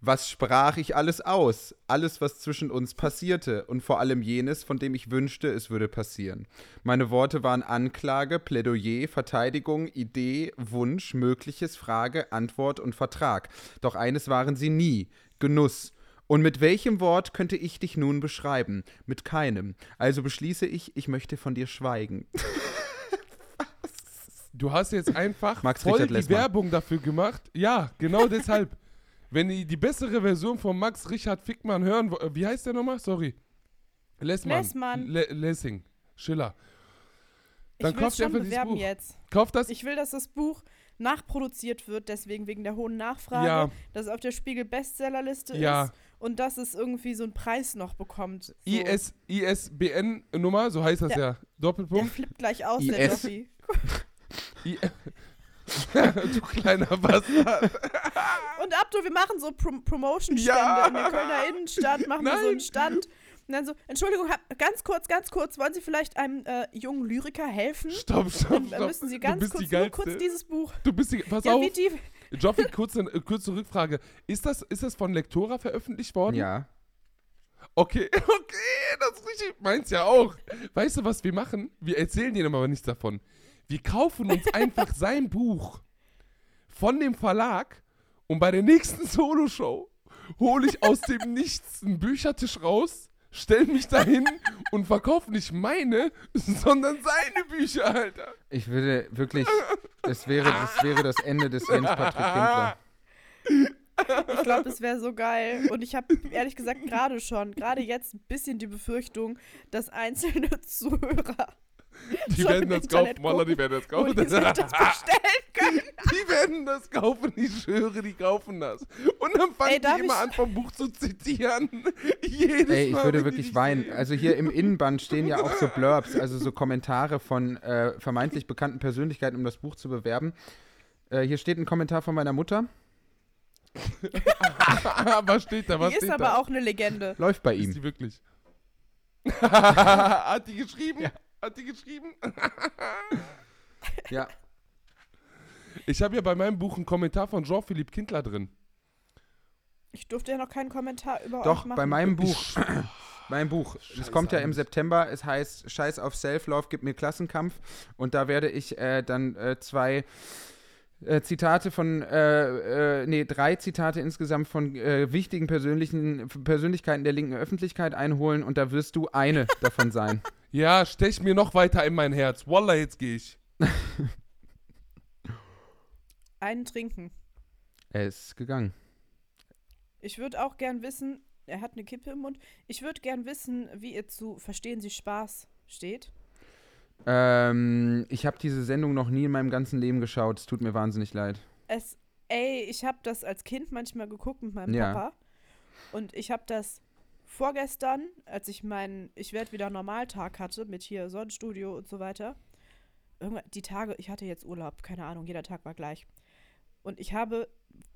Was sprach ich alles aus? Alles, was zwischen uns passierte und vor allem jenes, von dem ich wünschte, es würde passieren. Meine Worte waren Anklage, Plädoyer, Verteidigung, Idee, Wunsch, Mögliches, Frage, Antwort und Vertrag. Doch eines waren sie nie, Genuss. Und mit welchem Wort könnte ich dich nun beschreiben? Mit keinem. Also beschließe ich, ich möchte von dir schweigen. Du hast jetzt einfach Max voll Richard die Lessmann. Werbung dafür gemacht. Ja, genau deshalb. (laughs) Wenn ihr die bessere Version von Max Richard Fickmann hören wo- äh, wie heißt der nochmal? Sorry. Lessmann. Lessmann. Le Lessing. Schiller. Dann ich will kauft schon ihr einfach dieses bewerben Buch. jetzt. Kauft das. Ich will, dass das Buch nachproduziert wird, deswegen wegen der hohen Nachfrage, Ja. dass es auf der Spiegel-Bestsellerliste Ja. ist und dass es irgendwie so einen Preis noch bekommt. So. IS, ISBN-Nummer, so heißt das ja. Der- Der Doppelpunkt. flippt gleich aus, der IS. Joffi. I (laughs) du kleiner Bastard. Und Abdu, wir machen so Prom Promotion-Stände Ja. in der Kölner Innenstadt, machen wir so Nein. einen Stand. Und dann so, Entschuldigung, hab, ganz kurz, ganz kurz, wollen Sie vielleicht einem äh, jungen Lyriker helfen? Stopp, stopp, Dann stopp. müssen Sie du ganz bist kurz, die nur geilste. kurz dieses Buch. du bist die. Pass Ja, auf. wie die, Joffi, kurze, äh, kurze Rückfrage. Ist das, ist das von Lektora veröffentlicht worden? Ja. Okay, (laughs) okay, das ist richtig. Meins ja auch. Weißt du, was wir machen? Wir erzählen denen aber nichts davon. Wir kaufen uns einfach sein Buch von dem Verlag und bei der nächsten (laughs) Soloshow hole ich aus dem Nichts einen Büchertisch raus, stell mich dahin und verkaufe nicht meine, (laughs) sondern seine Bücher, Alter. Ich würde wirklich, es wäre, das wäre das Ende des Jens Patrick Winkler. Ich glaube, das wäre so geil. Und ich habe ehrlich gesagt gerade schon, gerade jetzt ein bisschen die Befürchtung, dass einzelne (laughs) Zuhörer Die Schon werden im das Internet kaufen, Wallah, die werden das wohl kaufen. die (laughs) sich das bestellen können. Die werden das kaufen, ich schwöre, die kaufen das. Und dann fangen Ey, darf die immer ich- an, vom Buch zu zitieren. (laughs) Jedes Ey, ich Mal, wenn würde die wirklich dich weinen. sehen. Also hier im Innenband stehen ja auch so Blurbs, also so Kommentare von äh, vermeintlich bekannten Persönlichkeiten, um das Buch zu bewerben. Äh, hier steht ein Kommentar von meiner Mutter. (laughs) Ah, was steht da? Was Die ist steht aber da? auch eine Legende. Läuft bei Ist ihm. (laughs) die wirklich? Hat die geschrieben? Hat die geschrieben? Ja. Ich habe ja bei meinem Buch einen Kommentar von Jean-Philippe Kindler drin. Ich durfte ja noch keinen Kommentar über euch Doch, machen. bei meinem Buch. Mein Buch. Es kommt ja im Angst. September. Es heißt Scheiß auf Self-Love, gib mir Klassenkampf. Und da werde ich äh, dann äh, zwei äh, Zitate von, äh, äh, nee, drei Zitate insgesamt von äh, wichtigen persönlichen Persönlichkeiten der linken Öffentlichkeit einholen. Und da wirst du eine davon sein. Ja, stech mir noch weiter in mein Herz. Wallah, jetzt gehe ich. Einen trinken. Er ist gegangen. Ich würde auch gern wissen, er hat eine Kippe im Mund. Ich würde gern wissen, wie ihr zu Verstehen Sie Spaß steht. Ähm, ich habe diese Sendung noch nie in meinem ganzen Leben geschaut. Es tut mir wahnsinnig leid. Es, ey, ich habe das als Kind manchmal geguckt mit meinem Ja. Papa. Und ich habe das vorgestern, als ich meinen Ich werde wieder Normaltag hatte, mit hier Sonnenstudio und so weiter, irgendwann, die Tage, ich hatte jetzt Urlaub, keine Ahnung, jeder Tag war gleich. Und ich habe,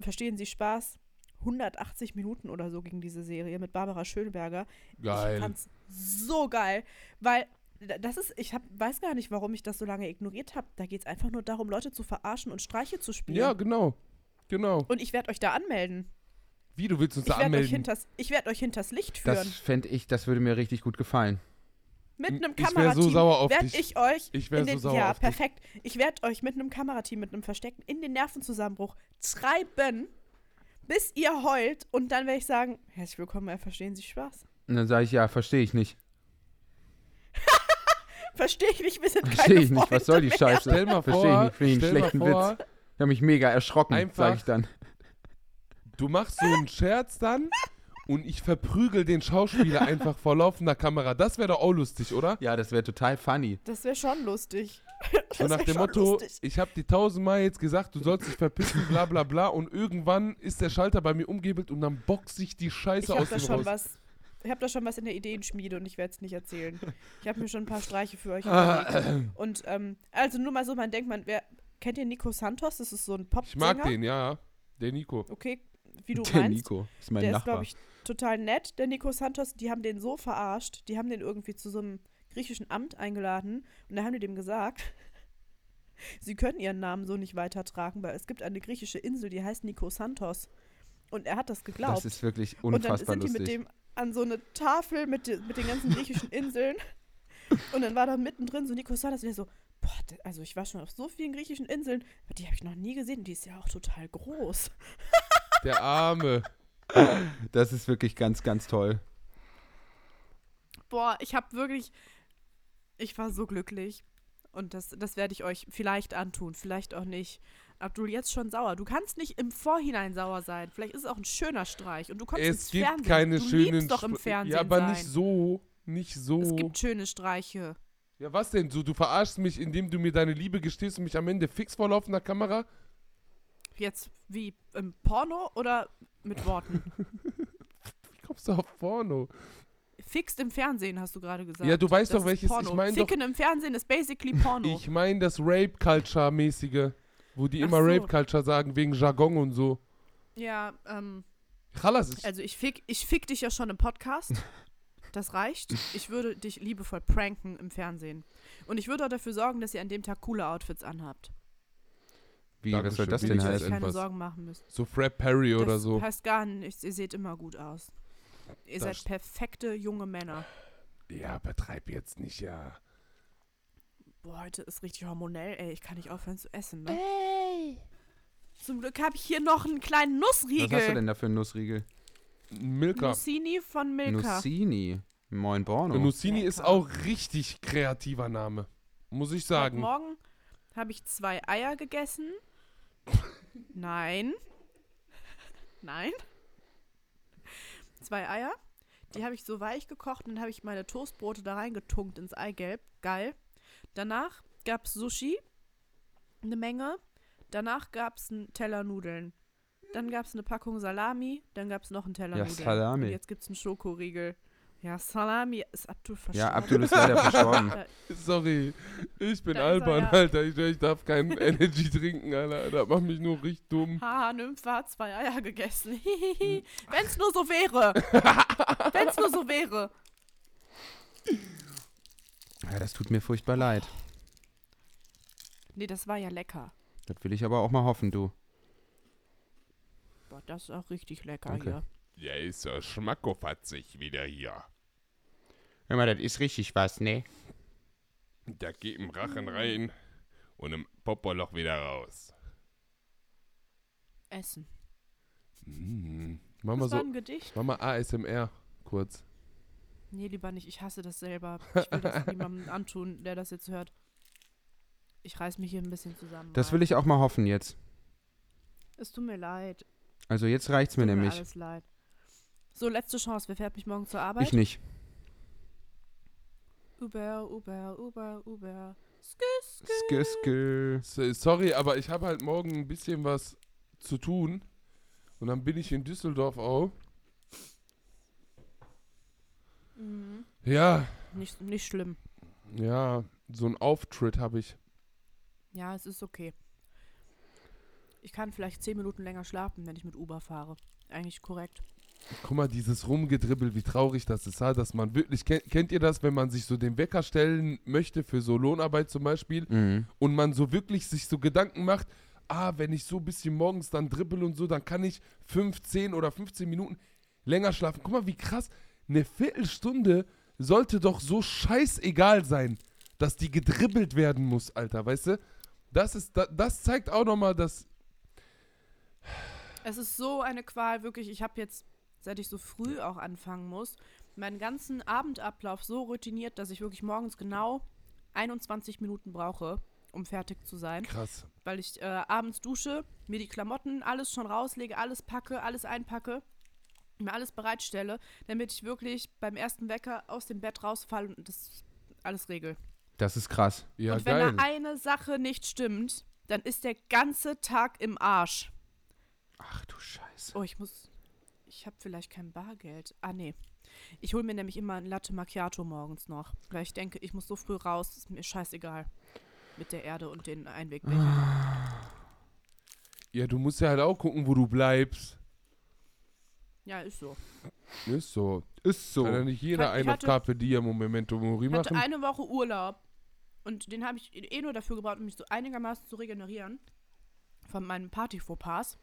verstehen Sie Spaß, 180 Minuten oder so ging diese Serie mit Barbara Schöneberger. Ich Geil. fand's so geil, weil d- das ist, ich hab, weiß gar nicht, warum ich das so lange ignoriert habe. Da geht's einfach nur darum, Leute zu verarschen und Streiche zu spielen. Ja, genau. Genau. Und ich werde euch da anmelden. Wie, du willst uns Ich da werde euch, anmelden? hinters, ich werd euch hinters Licht führen. Das fände ich, das würde mir richtig gut gefallen. mit einem ich wär so Kamerateam sauer auf werd dich. ich euch Ich wär in so den, sauer ja, auf dich. perfekt. Ich werde euch mit einem Kamerateam, mit einem Versteckten in den Nervenzusammenbruch treiben, bis ihr heult und dann werde ich sagen, herzlich willkommen, bei verstehen Sie Spaß. Und dann sage ich, ja, verstehe ich nicht. Verstehe ich nicht, wir sind Verstehe keine ich nicht, was soll die Freunde mehr. Scheiße? Stell mal Verstehe ich vor, nicht, finde ich einen stell mal schlechten vor, Witz. Ich habe mich mega erschrocken, Einfach- sage ich dann. Du machst so einen Scherz dann und ich verprügel den Schauspieler einfach vor laufender Kamera. Das wäre doch auch lustig, oder? Ja, das wäre total funny. Das wäre schon lustig. So Das nach wär dem schon Motto, lustig. ich habe dir tausendmal jetzt gesagt, du sollst dich verpissen, bla bla bla. Und irgendwann ist der Schalter bei mir umgehebelt und dann boxt sich die Scheiße Ich habe aus da dem schon raus. was. Ich habe da schon was in der Ideenschmiede und ich werde es nicht erzählen. Ich habe mir schon ein paar Streiche für (laughs) euch überlegt. Und ähm, also nur mal so, man denkt, man, wer kennt ihr Nico Santos? Das ist so ein Ich Pop-Sänger. mag den, ja. Der Nico. Okay, wie du (laughs) der meinst. Nico ist mein der ist, Nachbar. glaube ich, total nett. Der Nico Santos, die haben den so verarscht. Die haben den irgendwie zu so einem griechischen Amt eingeladen und da haben die dem gesagt, (laughs) sie können ihren Namen so nicht weitertragen, weil es gibt eine griechische Insel, die heißt Nico Santos. Und er hat das geglaubt. das ist wirklich Und dann unfassbar sind die lustig. mit dem an so eine Tafel mit, de, mit den ganzen griechischen (laughs) Inseln. und dann war da mittendrin so Nikos Santos und der so, boah, d- also ich war schon auf so vielen griechischen Inseln, aber die habe ich noch nie gesehen. Und die ist ja auch total groß. Der Arme. das ist wirklich ganz, ganz toll. Boah, ich habe wirklich, ich war so glücklich. Und das, das werde ich euch vielleicht antun, vielleicht auch nicht. Abdul, jetzt schon sauer. Du kannst nicht im Vorhinein sauer sein. Vielleicht ist es auch ein schöner Streich. Und du kommst ins Es gibt Fernsehen. keine du schönen. liebst doch im Spr- Fernsehen Ja, aber sein. nicht so. Nicht so. Es gibt schöne Streiche. Ja, was denn? So, du verarschst mich, indem du mir deine Liebe gestehst und mich am Ende fix vor laufender Kamera. Jetzt wie im Porno oder mit (laughs) Worten? Wie kommst du auf Porno? Fixed im Fernsehen, hast du gerade gesagt. Ja, du weißt Das doch, ist welches- ich Porno. mein doch- Ficken im Fernsehen ist basically Porno. Ich meine das Rape-Culture-mäßige, wo die Oh. Ach immer so. Rape-Culture sagen, wegen Jargon und so. ja, ähm, Chalas, ich, also ich fick, ich fick dich ja schon im (laughs) Podcast. Das reicht. Ich würde dich liebevoll pranken im Fernsehen. Und ich würde auch dafür sorgen, dass ihr an dem Tag coole Outfits anhabt. Wie, was soll Dankeschön, das wie denn ich Dass ihr euch das heißen? keine irgendwas. Sorgen machen müsst. so Fred Perry oder das so. heißt gar nichts. Ihr seht immer gut aus. Ihr Das- seid perfekte junge Männer. Ja, betreib jetzt nicht, ja. Boah, heute ist richtig hormonell, ey. Ich kann nicht aufhören zu essen, ne? Zum Glück habe ich hier noch einen kleinen Was hast du Nussriegel. denn da für einen Nussriegel? Milka. Äh, Nussini von Milka. Nussini. Moin Borno. Nussini ist Lecker. auch richtig kreativer Name. Muss ich Heute sagen. Morgen habe ich zwei Eier (laughs) gegessen. Nein. Nein. Zwei Eier. Die habe ich so weich gekocht und dann habe ich meine Toastbrote da reingetunkt ins Eigelb. Geil. Danach gab es Sushi. Eine Menge. Danach gab es einen Teller Nudeln. Dann gab es eine Packung Salami. Dann gab es noch einen Teller Ja, Nudeln. Salami. Und jetzt gibt es einen Schokoriegel. Ja, Salami ist Abdul Ja, verschwunden. (laughs) Abdul ist leider verstorben. Sorry, ich bin Da ist er, albern, ja. Alter. Ich, ich darf keinen (laughs) Energy trinken, Alter. Das macht mich nur richtig dumm. Haha, Nymphe hat zwei Eier gegessen. (laughs) Hihihi. Hm. Wenn's nur so wäre. (laughs) Wenn's nur so wäre. Ja, das tut mir furchtbar leid. Nee, das war ja lecker. Das will ich aber auch mal hoffen, du. Boah, das ist auch richtig lecker Danke. hier. Ja, ist ja schmackofatzig wieder hier. Hör mal, das ist richtig was, ne? Da geht im Hm. Rachen rein und im Popoloch wieder raus. Essen. Mm. Mach mal Das war so, ein Gedicht? mach mal ASMR kurz. Nee, lieber nicht. Ich hasse das selber. Ich will das (laughs) niemandem antun, der das jetzt hört. Ich reiß mich hier ein bisschen zusammen. Das will ich auch mal hoffen jetzt. Es tut mir leid. Also jetzt reicht's mir Tut mir nämlich. alles leid. So, letzte Chance. Wer fährt mich morgen zur Arbeit? Ich ne- nicht. Uber, Uber, Uber, Uber. Skö, skö. So- Sorry, aber ich habe halt morgen ein bisschen was zu tun. Und dann bin ich in Düsseldorf auch. Ja, Nicht, nicht schlimm. ja, so ein Auftritt habe ich. Ja, es ist okay. Ich kann vielleicht zehn Minuten länger schlafen, wenn ich mit Uber fahre. Eigentlich korrekt. Guck mal, dieses Rumgedribbel, wie traurig das ist, ha, dass man wirklich, kennt, kennt ihr das, wenn man sich so den Wecker stellen möchte für so Lohnarbeit zum Beispiel und man so wirklich sich so Gedanken macht, ah, wenn ich so ein bisschen morgens dann dribbel und so, dann kann ich 15 oder 15 Minuten länger schlafen. Guck mal, wie krass, eine Viertelstunde sollte doch so scheißegal sein, dass die gedribbelt werden muss, Alter, weißt du? Das, ist, da- das zeigt auch nochmal, dass Es ist so eine Qual, wirklich. Ich habe jetzt, seit ich so früh auch anfangen muss, meinen ganzen Abendablauf so routiniert, dass ich wirklich morgens genau 21 Minuten brauche, um fertig zu sein. krass. Weil ich äh, abends dusche, mir die Klamotten, alles schon rauslege, alles packe, alles einpacke, mir alles bereitstelle, damit ich wirklich beim ersten Wecker aus dem Bett rausfalle und das alles regel. Das ist krass. Ja, und wenn geil. da eine Sache nicht stimmt, dann ist der ganze Tag im Arsch. Ach du Scheiße. Oh, ich muss. Ich habe vielleicht kein Bargeld. Ah, nee. Ich hole mir nämlich immer ein Latte Macchiato morgens noch, weil ich denke, ich muss so früh raus, ist mir scheißegal. Mit der Erde und den Einwegbechern. Ja, du musst ja halt auch gucken, wo du bleibst. Ja, ist so. Ist so. Ist so. Kann ja nicht jeder Ich einen auf hatte- Carpe Diem und Memento Mori Ich hatte machen. eine Woche Urlaub und den habe ich eh nur dafür gebraucht, um mich so einigermaßen zu regenerieren von meinem party -Fauxpas.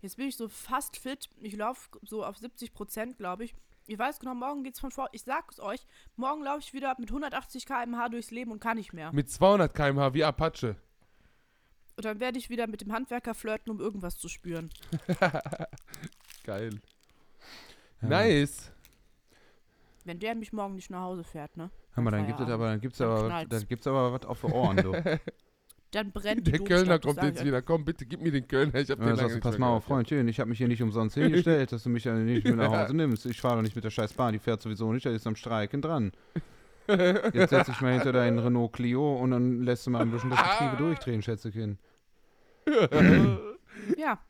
Jetzt bin ich so fast fit. Ich laufe so auf 70 Prozent, glaube ich. Ich weiß genau, morgen geht's von vor. Ich sag's euch, morgen laufe ich wieder mit 180 km/h durchs Leben und kann nicht mehr. Mit 200 km/h wie Apache. Und dann werde ich wieder mit dem Handwerker flirten, um irgendwas zu spüren. Geil. Nice. Wenn der mich morgen nicht nach Hause fährt, ne? Hör mal, dann Feierabend. gibt es aber, dann gibt's Dann aber, knallt's. dann gibt's aber was auf die Ohren, du. Ja, Dann brennt die Der Domstadt, Kölner das kommt sag ich jetzt euch. wieder. Komm, bitte gib mir den Kölner. Ich hab den dann lange sagst du, nicht pass mehr mal auf, gehört. Freundchen, ich habe mich hier nicht umsonst hingestellt, dass du mich ja nicht mit nach Hause nimmst. Ich fahre doch nicht mit der scheiß Bahn, die fährt sowieso nicht, da ist am Streiken dran. Jetzt setze ich mal hinter deinen Renault Clio und dann lässt du mal ein bisschen das Getriebe durchdrehen, Schätzekind. (laughs) Ja,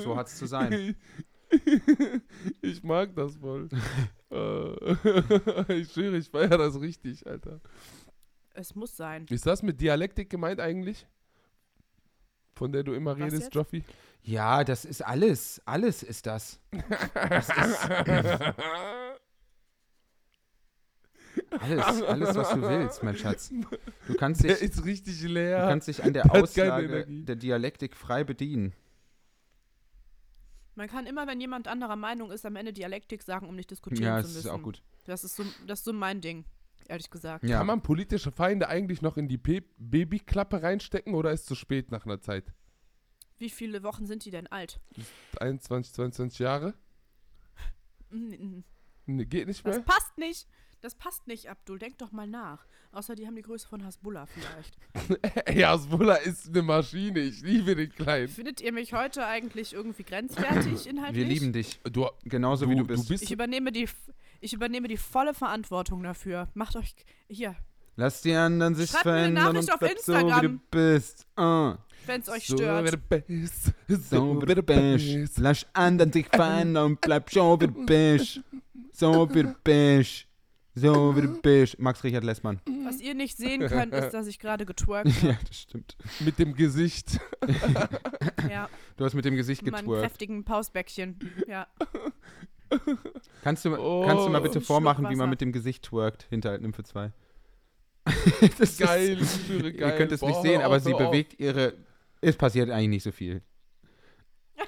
So hat's zu sein. Ich mag das voll. (laughs) Äh, (laughs) ich schwöre, ich feier das richtig, Alter. es muss sein. Ist das mit Dialektik gemeint eigentlich? Von der du immer Was redest, jetzt? Joffi? Ja, das ist alles. Alles ist das. Das ist alles, alles, was du willst, mein Schatz. Du kannst Der dich, ist richtig du leer. kannst dich an der Der hat keine Auslage Energie. der Dialektik frei bedienen. Man kann immer, wenn jemand anderer Meinung ist, am Ende Dialektik sagen, um nicht diskutieren Ja, zu das müssen. ist auch gut. Das ist so, das ist so mein Ding, ehrlich gesagt. Ja. Kann man politische Feinde eigentlich noch in die Pe- Babyklappe reinstecken oder ist zu spät nach einer Zeit? Wie viele Wochen sind die denn alt? 21, 22 Jahre? Mm, mm, Nee, geht nicht Das mehr? passt nicht. Das passt nicht, Abdul. Denk doch mal nach. Außer die haben die Größe von Hasbulla vielleicht. (laughs) Ey, Asbola ist eine Maschine. Ich liebe den Kleinen. Findet ihr mich heute eigentlich irgendwie grenzwertig inhaltlich? Wir lieben dich. Du, Genauso wie du bist. Ich übernehme die, ich übernehme die volle Verantwortung dafür. Macht euch hier, Lass die anderen sich Schreibt mir eine verändern Nachricht und auf bleib so, wie du Instagram. bist. Ah. wenn es euch so stört. wie du bist. So wie du bist. Lass anderen dich verändern und bleib so wie du bist. So wie du bist. So wie du bist. Max Richard Lessmann. (laughs) Was ihr nicht sehen könnt, ist, dass ich gerade getwerkt Ja, das stimmt. Mit (laughs) dem Gesicht. habe. Ja, Du hast mit dem Gesicht mit meinem getwerkt. kräftigen Pausbäckchen. Ja. Kannst du, Oh. kannst du mal So bitte ein vormachen, Schluck wie man Wasser. mit dem Gesicht twerkt? Hinterhalten im für zwei. (laughs) das ist- (laughs) Geil, ich schwöre, geil. Ihr könnt es nicht Boah, sehen, hör aber auf, sie hör auf. bewegt ihre. Es passiert eigentlich nicht so viel.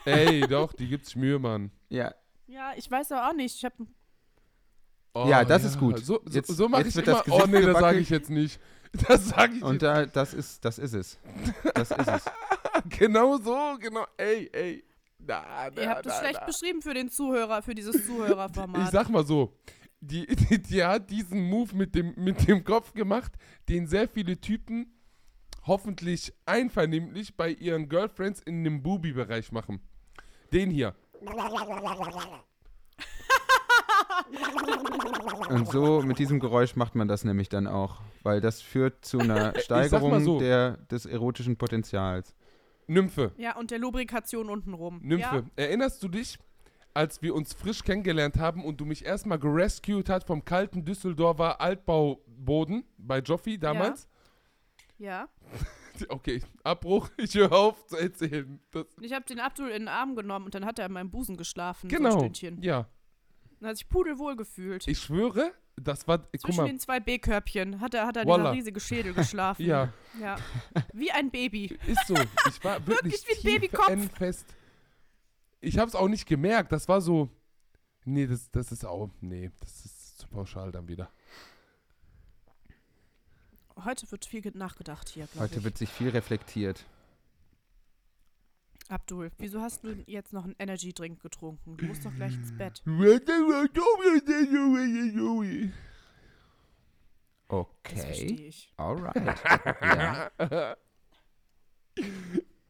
Ey, doch, die gibt sich Mühe, Mann. Ja, ja, ich weiß aber auch nicht. Ich habe Oh, Ja, das ist gut. So, so, Jetzt- so mache jetzt ich wird immer. das Gesicht oh, nee, das sage gebacken. ich jetzt nicht. (laughs) Das sage ich und da, das ist, das ist es. Das ist es. jetzt. (laughs) Genau so, genau. Ey, ey. Na, na, Ihr habt es na, schlecht na. beschrieben für den Zuhörer, für dieses Zuhörerformat. Ich sag mal so, die, (laughs) die, die hat diesen Move mit dem, mit dem Kopf gemacht, den sehr viele Typen hoffentlich einvernehmlich bei ihren Girlfriends in dem Bubi-Bereich machen. Den hier. Und so mit diesem Geräusch macht man das nämlich dann auch, weil das führt zu einer mal Steigerung so. der, des erotischen Potenzials. Nymphe. ja, und der Lubrikation untenrum. Nymphe. Ja, Erinnerst du dich, als wir uns frisch kennengelernt haben und du mich erstmal gerescued hat vom kalten Düsseldorfer Altbauboden bei Joffi damals? ja. Okay, Abbruch, (laughs) ich höre auf zu erzählen. Das, Ich habe den Abdul in den Arm genommen und dann hat er in meinem Busen geschlafen. So ein genau. Stündchen. ja, Dann hat sich pudelwohl gefühlt. ich schwöre, das war. äh, Guck Zwischen mal. den zwei B-Körbchen hat er, hat er Voila. dieser riesige Schädel geschlafen. (laughs) Ja, ja. Wie ein Baby. ist so. Ich war wirklich, (laughs) Wirklich wie ein tief Babykopf. fest. Ich habe es auch nicht gemerkt. Das war so. Nee, das, das ist auch. Nee, das ist zu pauschal dann wieder. Heute wird viel ge- nachgedacht hier, glaube ich. Heute wird sich viel reflektiert. Abdul, wieso hast du jetzt noch einen Energy-Drink getrunken? Du musst doch gleich Mm, ins Bett. Das Okay. verstehe ich. Alright. ja.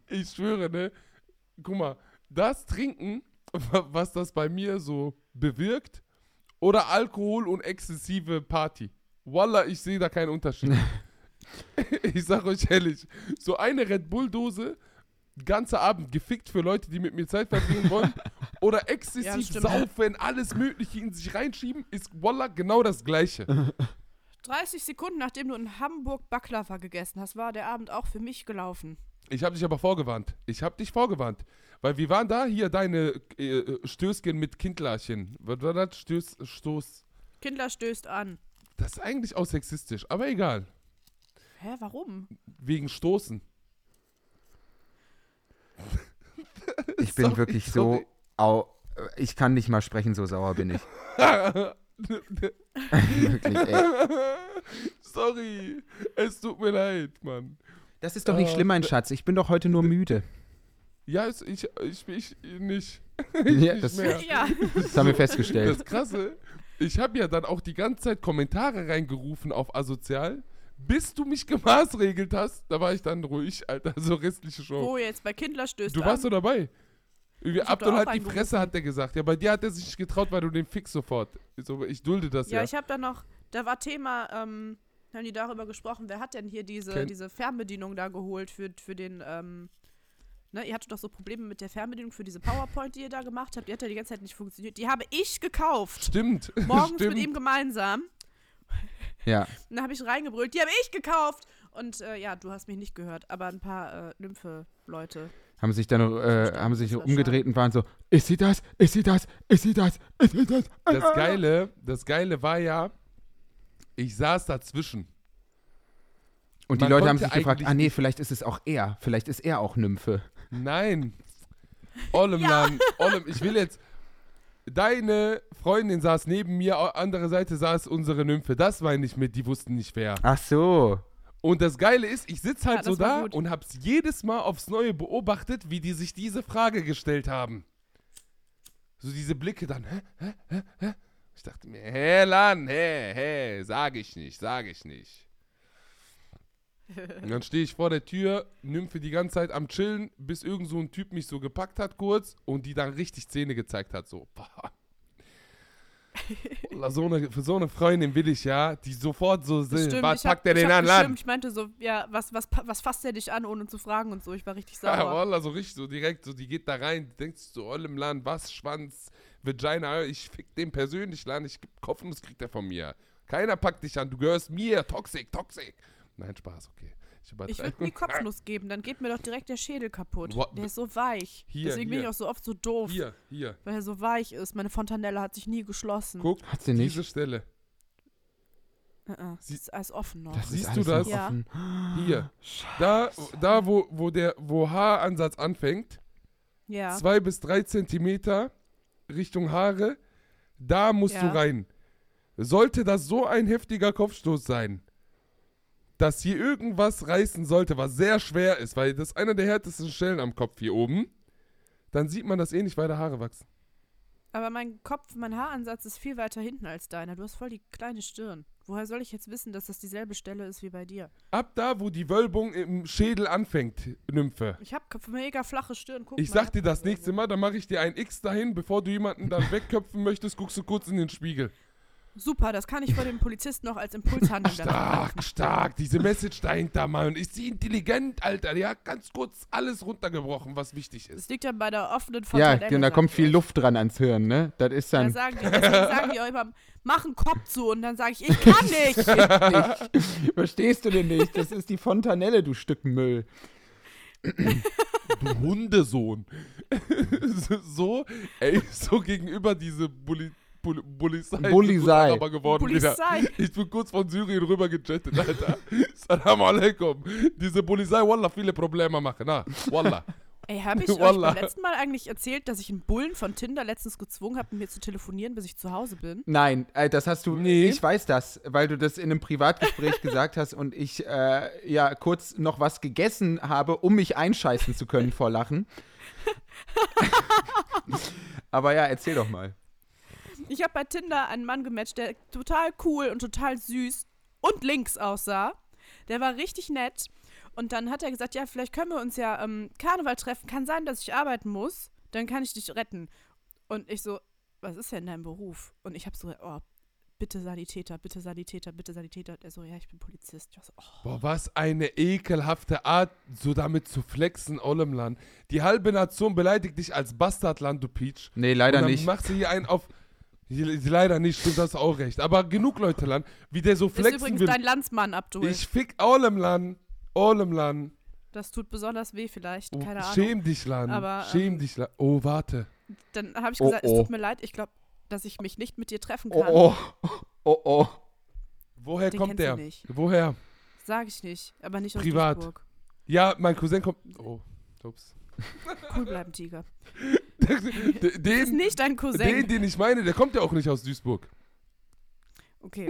Ich schwöre, ne? Guck mal, das Trinken, wa- was das bei mir so bewirkt, oder Alkohol und exzessive Party. Wallah, ich sehe da (laughs) keinen Unterschied. ich sag euch ehrlich, so eine Red Bull-Dose, ganzer Abend gefickt für Leute, die mit mir Zeit verbringen (laughs) wollen, oder Ja, exzessiv stimmt. saufen, alles Mögliche in sich reinschieben, ist Wallah genau das Gleiche. 30 Sekunden, nachdem du in Hamburg Baklava gegessen hast, war der Abend auch für mich gelaufen. Ich habe dich aber vorgewarnt. Ich habe dich vorgewarnt. Weil wir waren da, hier deine äh, Stößchen mit Kindlerchen. Was war das? Stöß, Stoß. Kindler stößt an. Das ist eigentlich auch sexistisch, aber egal. Hä, warum? Wegen Stoßen. (laughs) Ich bin Sorry, wirklich sorry. so. Au, ich kann nicht mal sprechen, so sauer bin ich. wirklich, ey. Sorry. Es tut mir leid, Mann. Das ist doch nicht schlimm, mein Schatz. Ich bin doch heute (laughs) nur müde. Ja, es, ich, ich, ich nicht. Ja, nicht das, mehr. Ja. das haben wir festgestellt. Das Krasse, ich habe ja dann auch die ganze Zeit Kommentare reingerufen auf asozial, bis du mich (laughs) gemaßregelt hast. Da war ich dann ruhig, Alter. So restliche Show. Wo jetzt bei Kindler stößt Oh. Du an. warst doch dabei. Irgendwie hab Abdul da hat auch die reingerufen. Fresse, hat er gesagt. Ja, bei dir hat er sich nicht getraut, weil du den fix sofort. So, ich dulde das ja. ja, ich habe da noch, da war Thema, ähm, haben die darüber gesprochen, wer hat denn hier diese, Ken- diese Fernbedienung da geholt für, für den, ähm, ne, ihr hattet doch so Probleme mit der Fernbedienung für diese PowerPoint, die ihr da gemacht habt, die hat ja die ganze Zeit nicht funktioniert. Die habe ich (laughs) gekauft. Stimmt. (laughs) Morgens Stimmt. mit ihm gemeinsam. Ja. Und da habe ich reingebrüllt, die habe ich gekauft. Und äh, ja, du hast mich nicht gehört, aber ein paar äh, Nymphe-Leute. Haben sich dann äh, haben sich Das so war umgedreht und waren so, ist sie das? Ist sie das? Ist sie das? Ist sie das? Das (laughs) Geile, das Geile war ja, ich saß dazwischen. Und die Man Leute haben konnte sich gefragt, eigentlich ah nee, vielleicht ist es auch er. Vielleicht ist er auch Nymphe. Nein. Olem, Ja. Lan, Olem, ich will jetzt. Deine Freundin saß neben mir, au- andere Seite saß unsere Nymphe. Das meine ich mit, die wussten nicht wer. Ach so. Und das Geile ist, ich sitze halt Ja, so das war da gut. und hab's jedes Mal aufs Neue beobachtet, wie die sich diese Frage gestellt haben. So diese Blicke dann, hä, hä, hä, hä? Ich dachte mir, hä, Lan, hä, hä, sag ich nicht, sag ich nicht. Und dann stehe ich vor der Tür, Nymphe die ganze Zeit am Chillen, bis irgend so ein Typ mich so gepackt hat kurz und die dann richtig Zähne gezeigt hat, so, (laughs) boah. Wallah, So eine, für so eine Freundin will ich ja, die sofort so, Das stimmt, was ich hab- packt der ich den hab an, Lan? gestimmt. Ich meinte so, ja, was, was, pa- was fasst er dich an, ohne zu fragen und so. Ich war (laughs) richtig Ja, sauer. Wallah, so also richtig, so direkt, so die geht da rein, die denkt sich so, all im Land, was, Schwanz, Vagina, ich fick den persönlich, Lan, ich geb Kopfnuss, kriegt er von mir. Keiner packt dich an, du gehörst mir, toxic, toxic. Nein, Spaß, okay. Ich also ich übertreibe. würde mir die Kopfnuss geben, dann geht mir doch direkt der Schädel kaputt. What? Der ist so weich. Hier, Deswegen bin hier. ich auch so oft so doof, (laughs) Hier, hier, weil er so weich ist. Meine Fontanelle hat sich nie geschlossen. guck, Hat sie diese nicht. Stelle. Äh, äh, es Sie- ist alles offen noch. Das Siehst ist du alles noch das? Ja. offen. Hier, da, da wo, wo der, wo Haaransatz anfängt, ja. zwei bis drei Zentimeter Richtung Haare, da musst Ja. du rein. Sollte das so ein heftiger Kopfstoß sein, dass hier irgendwas reißen sollte, was sehr schwer ist, weil das ist einer der härtesten Stellen am Kopf hier oben, dann sieht man das eh nicht, weil da Haare wachsen. Aber mein Kopf, mein Haaransatz ist viel weiter hinten als deiner. Du hast voll die kleine Stirn. Woher soll ich jetzt wissen, dass das dieselbe Stelle ist wie bei dir? Ab da, wo die Wölbung im Schädel anfängt, Nymphe. Ich habe mega flache Stirn. Guck Ich mal, sag dir das (laughs) nächste Mal, dann mache ich dir ein X dahin, bevor du jemanden dann wegköpfen möchtest, guckst du kurz in den Spiegel. Super, das kann ich vor dem Polizisten noch als (laughs) Impulshandlung dann Stark, stark. Diese Message dahinter, Mann. Ist sie intelligent, Alter? Die hat ganz kurz alles runtergebrochen, was wichtig ist. Das liegt ja bei der offenen Ja, Fontanelle. denn da sagt kommt ihr viel euch. Luft dran ans Hirn, ne? Das ist Dann dann. sagen die, deswegen sagen die auch immer, mach einen Kopf zu und dann sage ich, ich (laughs) kann (laughs) nicht. Verstehst du denn nicht? Das ist die Fontanelle, du Stück Müll. Du Hundesohn. (laughs) so, ey, so gegenüber diese Bulli. Bulli- Bullisei. ist so Bullisei. Araber geworden wieder. Bullisei. Ich bin kurz von Syrien rüber gejettet, Alter. (laughs) Salam alaikum. Diese Polizei, Wallah, viele Probleme machen. Na, Wallah. Ey, habe (laughs) ich euch Wallah. beim letzten Mal eigentlich erzählt, dass ich einen Bullen von Tinder letztens gezwungen habe, mit mir zu telefonieren, bis ich zu Hause bin? Nein, äh, das hast du. Nee. Ich weiß das, weil du das in einem Privatgespräch gesagt hast und ich äh, ja kurz noch was gegessen habe, um mich einscheißen zu können vor Lachen. Aber ja, erzähl doch mal. Ich habe bei Tinder einen Mann gematcht, der total cool und total süß und links aussah. Der war richtig nett. Und dann hat er gesagt, ja, vielleicht können wir uns ja ähm, Karneval treffen. Kann sein, dass ich arbeiten muss. Dann kann ich dich retten. Und ich so, was ist denn dein Beruf? Und ich habe so, oh, bitte Sanitäter, bitte Sanitäter, bitte Sanitäter. Und er so, ja, ich bin Polizist. Ich war so, oh. Boah, was eine ekelhafte Art, so damit zu flexen, Olemland. Die halbe Nation beleidigt dich als Bastardland, du Peach. Nee, leider Und dann nicht. macht sie hier einen auf. Leider nicht, stimmt, das auch recht. Aber genug Leute, Land. Wie der so Das ist flexen übrigens will. dein Landsmann, Abdul. Ich fick Olemland. Olemland. das tut besonders weh vielleicht, Oh, keine Ahnung. Schäm dich, Lan. Aber, Schäm ähm, dich, Lan. Oh, warte. Dann habe ich Oh, gesagt, oh. es tut mir leid, ich glaube, dass ich mich nicht mit dir treffen Oh kann. oh. Oh oh. Woher den kommt kennst der? du nicht. Woher? Sag ich nicht, aber nicht aus Privat. Duisburg. Ja, mein Cousin kommt. Oh, ups. (laughs) Cool bleiben, Tiger. (laughs) D- Ist den, nicht dein den, Cousin. den ich meine, der kommt ja auch nicht aus Duisburg. Okay.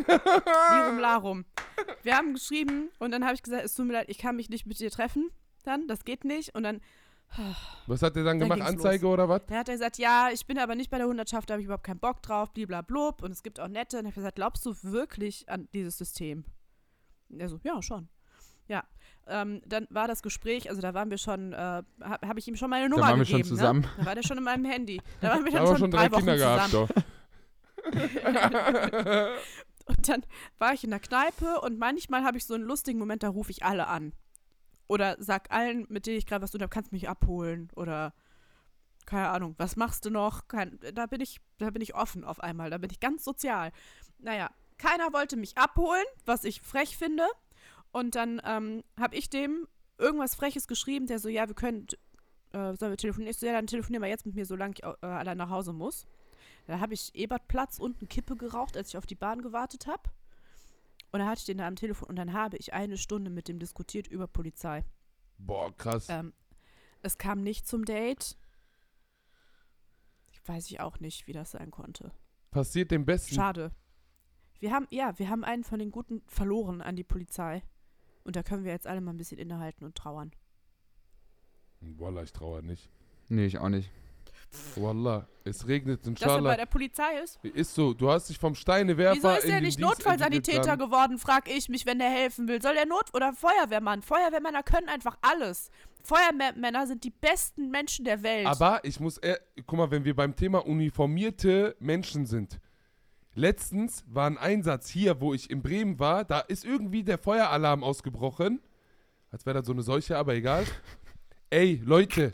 Lirum Larum. Wir haben geschrieben und dann habe ich gesagt, es tut mir leid, ich kann mich nicht mit dir treffen. Dann, das geht nicht. Und dann, Was hat der dann Dann gemacht? ging's Anzeige oder was? dann hat er gesagt, ja, ich bin aber nicht bei der Hundertschaft, da habe ich überhaupt keinen Bock drauf, bliblablub. Und es gibt auch nette. Und ich habe gesagt, glaubst du wirklich an dieses System? Und er so, ja, schon. Ja, ähm, dann war das Gespräch, also da waren wir schon, äh, habe hab ich ihm schon meine Nummer waren wir schon gegeben. zusammen. Ne? Da war der schon in meinem Handy. Da waren wir Da dann haben wir schon, schon drei, drei Wochen Kinder zusammen. gehabt, doch. Und dann war ich in der Kneipe und manchmal habe ich so einen lustigen Moment, da rufe ich alle an. Oder sag allen, mit denen ich gerade was zu tun habe, kannst du mich abholen oder keine Ahnung, was machst du noch? Kein, da bin ich, da bin ich offen auf einmal, da bin ich ganz sozial. Naja, keiner wollte mich abholen, was ich frech finde. Und dann ähm, habe ich dem irgendwas Freches geschrieben, der so, ja, wir können, äh, sollen wir telefonieren? Ich so, ja, dann telefonieren wir jetzt mit mir, solange ich äh, allein nach Hause muss. Da habe ich Ebertplatz und eine Kippe geraucht, als ich auf die Bahn gewartet habe. Und da hatte ich den da am Telefon und dann habe ich eine Stunde mit dem diskutiert über Polizei. (laughs) Boah, krass. Ähm, es kam nicht zum Date. Ich weiß ich auch nicht, wie das sein konnte. Hm. Passiert dem Besten. Schade. Wir haben, ja, wir haben einen von den Guten verloren an die Polizei. Und da können wir jetzt alle mal ein bisschen innehalten und trauern. Wallah, ich trauere nicht. Nee, ich auch nicht. Wallah, es regnet Dass er bei inshallah. der Polizei ist? Ist so, du hast dich vom Wieso Steinewerfer ist er in den nicht Dienst Notfallsanitäter entwickelt, Lan. geworden, frag ich mich, wenn der helfen will. Soll der Not- oder Feuerwehrmann? Feuerwehrmänner können einfach alles. Feuerwehrmänner sind die besten Menschen der Welt. Aber ich muss, ehr- guck mal, wenn wir beim Thema uniformierte Menschen sind. Letztens war ein Einsatz hier, wo ich in Bremen war, da ist irgendwie der Feueralarm ausgebrochen. Als wäre das so eine Seuche, aber egal. Ey, Leute,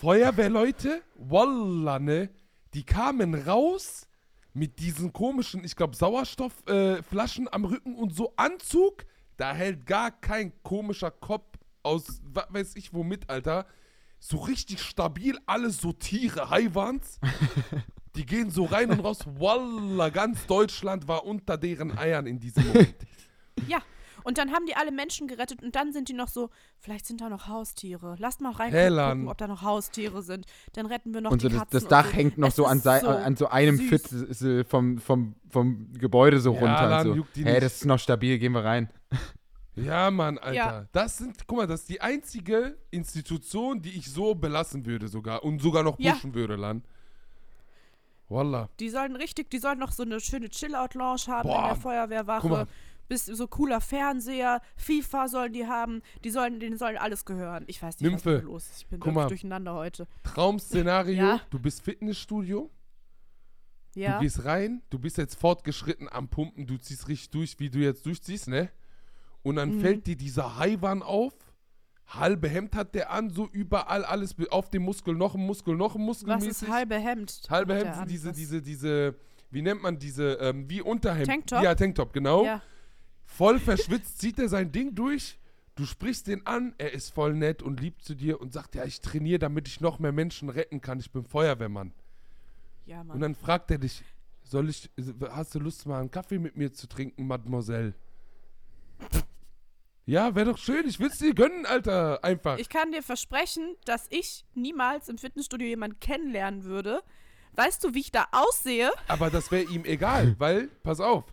Feuerwehrleute, wallah, ne, die kamen raus mit diesen komischen, ich glaube, Sauerstoffflaschen äh, Flaschen am Rücken und so Anzug. Da hält gar kein komischer Kopf aus, was weiß ich womit, Alter. So richtig stabil, alles so Tiere, Haiwans. Die gehen so rein und raus. Wallah, ganz Deutschland war unter deren Eiern in diesem Moment. ja. Und dann haben die alle Menschen gerettet und dann sind die noch so, vielleicht sind da noch Haustiere. Lasst mal rein Helan. gucken, ob da noch Haustiere sind. Dann retten wir noch Und so die das, Katzen. das und Dach so. hängt noch Es so an, ist sei, an so einem süß. Fitzel vom, vom, vom Gebäude so Ja, runter. Lan, und juckt so. die Hey, nicht. das ist noch stabil, gehen wir rein. Ja, Mann, Alter. Ja. Das sind, guck mal, das ist die einzige Institution, die ich so belassen würde sogar und sogar noch Ja. pushen würde, Lan. Wallah. Die sollen richtig, die sollen noch so eine schöne Chill-Out-Lounge haben in Boah, der guck mal. Feuerwehrwache. Bis so cooler Fernseher, FIFA sollen die haben, die sollen, denen sollen alles gehören. Ich weiß nicht, Nymphe, was da los ist. Ich bin guck wirklich mal. durcheinander heute. Traumszenario, Ja. du bist Fitnessstudio, Ja. Du gehst rein, du bist jetzt fortgeschritten am Pumpen, du ziehst richtig durch, wie du jetzt durchziehst, ne? Und dann Mhm. fällt dir dieser Haiwan auf, halbe Hemd hat der an, so überall alles be- auf dem Muskel, noch ein Muskel, noch ein Muskel. Was ist halbe Hemd? Halbe Hat Hemd er sind an? diese, Was- diese, diese, wie nennt man diese, ähm, wie Unterhemd. Tanktop? Ja, Tanktop, genau. Ja. Voll (laughs) verschwitzt zieht er sein Ding durch. Du sprichst den an, er ist voll nett und lieb zu dir und sagt, ja, ich trainiere, damit ich noch mehr Menschen retten kann. Ich bin Feuerwehrmann. ja, Und Mann. dann fragt er dich, soll ich, hast du Lust, mal einen Kaffee mit mir zu trinken, Mademoiselle? (laughs) Ja, wäre doch schön. Ich will's dir gönnen, Alter. Einfach. Ich kann dir versprechen, dass ich niemals im Fitnessstudio jemanden kennenlernen würde. Weißt du, wie ich da aussehe? Aber das wäre ihm egal, weil, pass auf,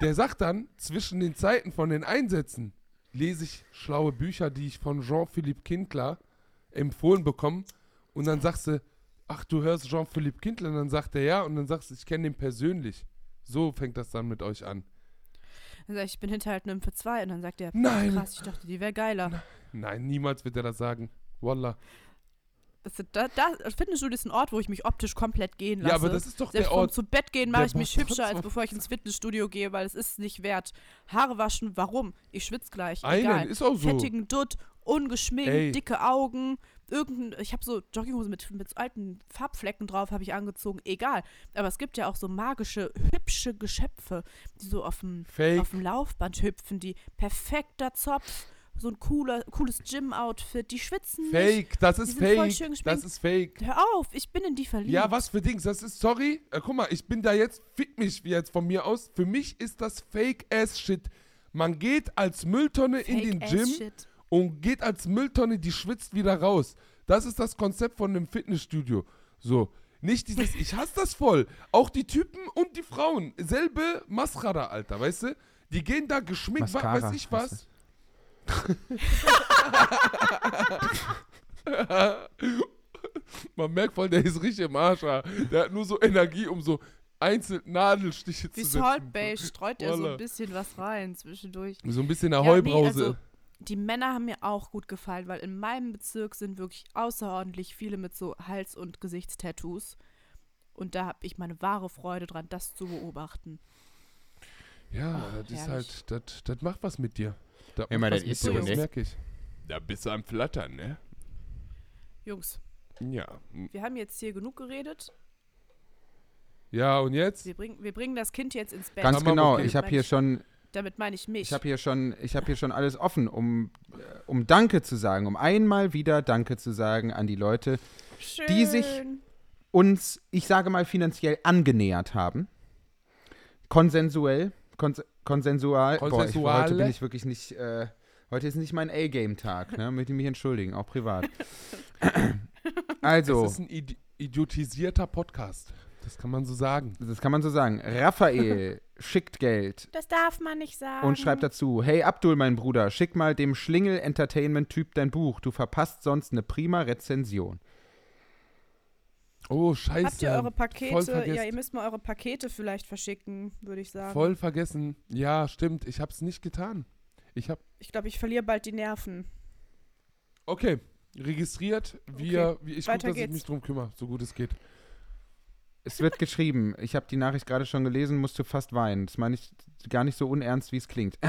der sagt dann, zwischen den Zeiten von den Einsätzen lese ich schlaue Bücher, die ich von Jean-Philippe Kindler empfohlen bekomme. Und dann sagst du, ach, du hörst Jean-Philippe Kindler. Und dann sagt er ja. Und dann sagst du, ich kenne den persönlich. So fängt das dann mit euch an. Dann sag ich, ich bin hinter halt einem für zwei. Und dann sagt er, Nein. krass, ich dachte, die wäre geiler. Nein, niemals wird er das sagen. Wallah. Das, ist- da, da, das Fitnessstudio ist ein Ort, wo ich mich optisch komplett gehen lasse. Ja, aber das ist doch Selbst der vorm Ort. zu Bett gehen der mache ich mich macht hübscher, als trotzdem- bevor ich ins Fitnessstudio gehe, weil es ist nicht wert. Haare waschen, warum? Ich schwitze gleich. Einen, egal. ist auch so. Fettigen Dutt, ungeschminkt, Ey. dicke Augen, irgendein. Ich habe so Jogginghose mit, mit so alten Farbflecken drauf, habe ich angezogen. Egal. Aber es gibt ja auch so magische, hübsche Geschöpfe, die so auf dem Fake. auf dem Laufband hüpfen, die perfekter Zopf, so ein cooler, cooles Gym-Outfit, die schwitzen nicht. Fake, das ist Hm, sind voll fake. schön geschminkt. Das ist fake. Hör auf, ich bin in die verliebt. Ja, was für Dings, das ist, sorry, äh, guck mal, ich bin da jetzt, fick mich jetzt von mir aus, für mich ist das Fake-Ass-Shit. Man geht als Mülltonne in den Gym Fake-Ass-Shit. und geht als Mülltonne, die schwitzt wieder raus. Das ist das Konzept von einem Fitnessstudio. So, nicht dieses, ich hasse das voll. Auch die Typen und die Frauen, selbe Mascara, Alter, weißt du? Die gehen da geschminkt, wa- Mascara, weiß ich was. Man merkt voll, der ist richtig im Arsch. ah. Der hat nur so Energie, um so einzelne Nadelstiche Wie zu setzen. Salt Bay streut er so Voila. ein bisschen was rein zwischendurch. So ein bisschen eine Ja, nee, Heubrause. also, die Männer haben mir auch gut gefallen, weil in meinem Bezirk sind wirklich außerordentlich viele mit so Hals- und Gesichtstattoos. Und da habe ich meine wahre Freude dran, das zu beobachten. ja, Ach, das ist Oh, herrlich. halt, das, das macht was mit dir. Das Immer, macht das was mit ist dir, so, das ne? merke ich. Da bist du am Flattern, ne? Jungs, Ja. wir haben jetzt hier genug geredet. Ja, und jetzt? Wir, bring, wir bringen das Kind jetzt ins Bett. Ganz Hammer, genau, okay. ich habe hier schon, Damit meine ich mich. ich habe hier schon, ich habe hier schon alles offen, um, äh, um Danke zu sagen, um einmal wieder Danke zu sagen an die Leute, Schön. die sich- uns, ich sage mal, finanziell angenähert haben. Konsensuell, kons konsensual. Boah, ich, Konsensuale. heute bin ich wirklich nicht, äh, heute ist nicht mein A-Game-Tag, ne? Möchte ich mich entschuldigen, auch (laughs) privat. also. Das ist ein idi idiotisierter Podcast. Das kann man so sagen. Oh, Das kann man so sagen. Raphael schickt Geld Das darf man nicht sagen. und schreibt dazu: Hey Abdul, mein Bruder, schick mal dem Schlingel-Entertainment-Typ dein Buch. Du verpasst sonst eine prima Rezension. Oh, scheiße. Habt ihr eure Voll Pakete? vergessen. Ja, ihr müsst mal eure Pakete vielleicht verschicken, würde ich sagen. Voll vergessen. Ja, stimmt. Ich hab's nicht getan. Ich hab. Ich glaube, ich verliere bald die Nerven. Okay. Registriert. Wir, wir- ich guck, weiter dass ich geht's. mich drum kümmere, so gut es geht. Es wird geschrieben. Ich habe die Nachricht gerade schon gelesen, musste fast weinen. Das meine ich gar nicht so unernst, wie es klingt. (clears throat)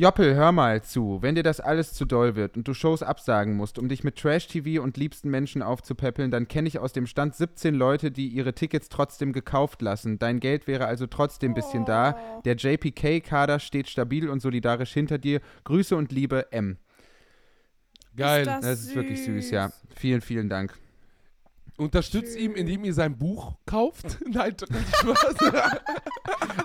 Joppel, hör mal zu. Wenn dir das alles zu doll wird und du Shows absagen musst, um dich mit Trash-TV und liebsten Menschen aufzupäppeln, dann kenne ich aus dem Stand 17 Leute, die ihre Tickets trotzdem gekauft lassen. Dein Geld wäre also trotzdem ein bisschen Oh. da. Der JPK-Kader steht stabil und solidarisch hinter dir. Grüße und Liebe, M. Geil. das- Das ist wirklich süß, Süß. ja. Vielen, vielen Dank. Unterstützt ihn, indem ihr sein Buch kauft. (laughs) Nein, das ist Spaß.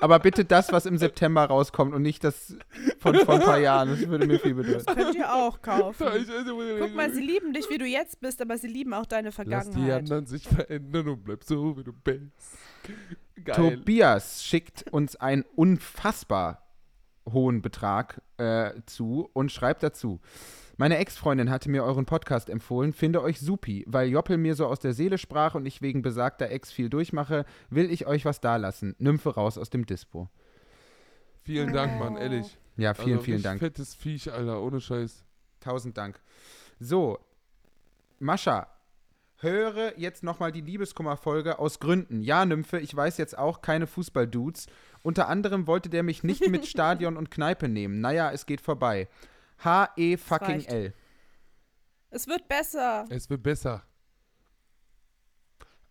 Aber bitte das, was im September rauskommt und nicht das von vor ein paar Jahren. Das würde mir viel bedeuten. Könnt ihr (laughs) auch kaufen. (laughs) Guck Guck mal, sie lieben dich, wie du jetzt bist, aber sie lieben auch deine Lass die Vergangenheit. anderen sich verändern und bleib so, wie du bist. Geil. Tobias schickt uns einen unfassbar hohen Betrag äh, zu und schreibt dazu. Meine Ex-Freundin hatte mir euren Podcast empfohlen, finde euch supi. Weil Joppel mir so aus der Seele sprach und ich wegen besagter Ex viel durchmache, will ich euch was dalassen. Nymphe raus aus dem Dispo. vielen Dank, Mann, ehrlich. Ja, vielen, Also, vielen richtig Dank. Fettes Viech, Alter, ohne Scheiß. Tausend Dank. So, Mascha, Höre jetzt nochmal die Liebeskummerfolge aus Gründen. Ja, Nymphe, ich weiß jetzt auch keine Fußballdudes. Unter anderem wollte der mich nicht mit Stadion und Kneipe nehmen. Naja, es geht vorbei. H-E fucking reicht. L. Es wird besser. Es wird besser.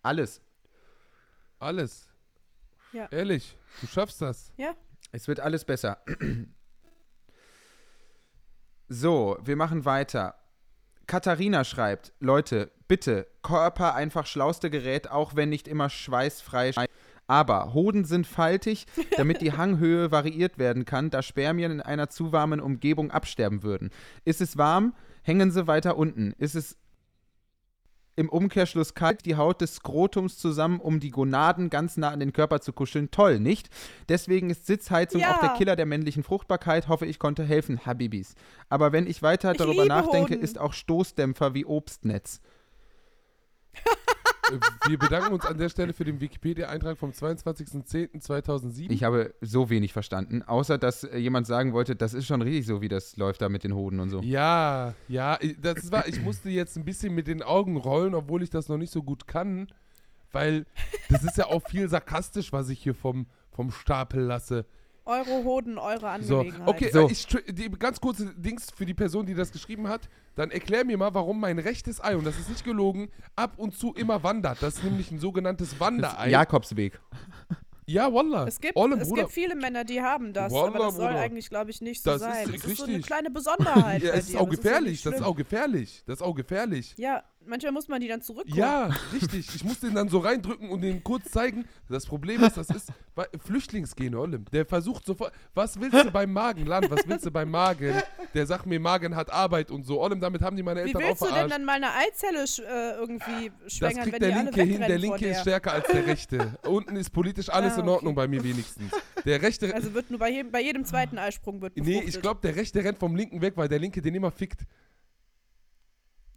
Alles. Alles. Ja. Ehrlich, du schaffst das. Ja, Es wird alles besser. So, wir machen weiter. Katharina schreibt, Leute, bitte, Körper einfach schlauste Gerät, auch wenn nicht immer schweißfrei. schrei- Aber Hoden sind faltig, damit die Hanghöhe variiert werden kann, da Spermien in einer zu warmen Umgebung absterben würden. Ist es warm, hängen sie weiter unten. Ist es im Umkehrschluss kalt, die Haut des Skrotums zusammen, um die Gonaden ganz nah an den Körper zu kuscheln. Toll, nicht? Deswegen ist Sitzheizung Ja. auch der Killer der männlichen Fruchtbarkeit. Hoffe, ich konnte helfen, Habibis. Aber wenn ich weiter Ich darüber liebe nachdenke, Hoden. ist auch Stoßdämpfer wie Obstnetz. Äh, Wir bedanken uns an der Stelle für den Wikipedia-Eintrag vom 22.10.2007. Ich habe so wenig verstanden, außer dass äh, jemand sagen wollte, das ist schon richtig so, wie das läuft da mit den Hoden und so. Ja, ja, i- das war, ich musste jetzt ein bisschen mit den Augen rollen, obwohl ich das noch nicht so gut kann, weil das ist ja auch viel sarkastisch, was ich hier vom, vom Stapel lasse. eure Hoden, eure So, Angelegenheit. okay, So. äh, ich, tr- die, ganz kurze Dings für die Person, die das geschrieben hat, dann erklär mir mal, warum mein rechtes Ei, und das ist nicht gelogen, ab und zu immer wandert. Das ist nämlich ein sogenanntes Wanderei. Jakobsweg. ja wallah. Es gibt, Olle, es Bruder. gibt viele Männer, die haben das, aber Wallah, das soll Bruder. eigentlich, glaube ich, nicht so Das ist sein. das ist so eine richtig. kleine Besonderheit. (laughs) ja, bei es ist dir. auch ja gefährlich, nicht das ist schlimm. auch gefährlich, das ist auch gefährlich. Ja, manchmal muss man die dann zurückholen. Ja, richtig. Ich muss den dann so reindrücken und den kurz zeigen. Das Problem ist, das ist bei- Flüchtlingsgene, Olim. Der versucht sofort, was willst du beim Magen, Land, was willst du beim Magen? Der sagt mir, Magen hat Arbeit und so. Olim, damit haben die meine Wie Eltern auch willst du denn verarscht. dann mal eine Eizelle sch äh, irgendwie Das schwängern, wenn kriegt die der alle Linke hin, wegrennen der vor Linke der? ist stärker als (laughs) der Rechte. Unten ist politisch alles Ah, in Ordnung bei mir wenigstens. Der Rechte, Also wird nur bei jedem, bei jedem zweiten Eisprung wird nee, befruchtet. ich glaube, der Rechte rennt vom Linken weg, weil der Linke den immer fickt.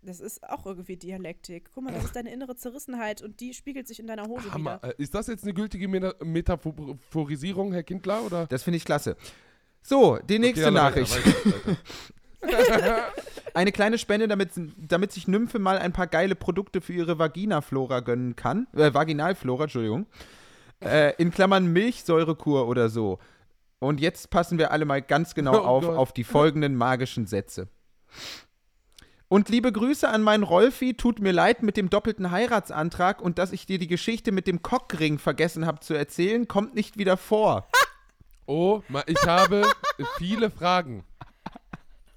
Das ist auch irgendwie Dialektik. Guck mal, das ist deine innere Zerrissenheit und die spiegelt sich in deiner Hose Hammer. wieder. Äh, Ist das jetzt eine gültige Meta Metaphorisierung, Herr Kindler, oder? Das finde ich klasse. So, die nächste Okay, alle Nachricht. weiter, weiter, weiter. Eine kleine Spende, damit, damit sich Nymphe mal ein paar geile Produkte für ihre Vaginaflora gönnen kann. Äh, Vaginalflora, Entschuldigung. Äh, in Klammern Milchsäurekur oder so. Und jetzt passen wir alle mal ganz genau Oh auf, Gott. auf die folgenden magischen Sätze. Und liebe Grüße an meinen Rolfi, tut mir leid mit dem doppelten Heiratsantrag und dass ich dir die Geschichte mit dem Cockring vergessen habe zu erzählen, kommt nicht wieder vor. Oh, ma- ich habe (laughs) viele Fragen.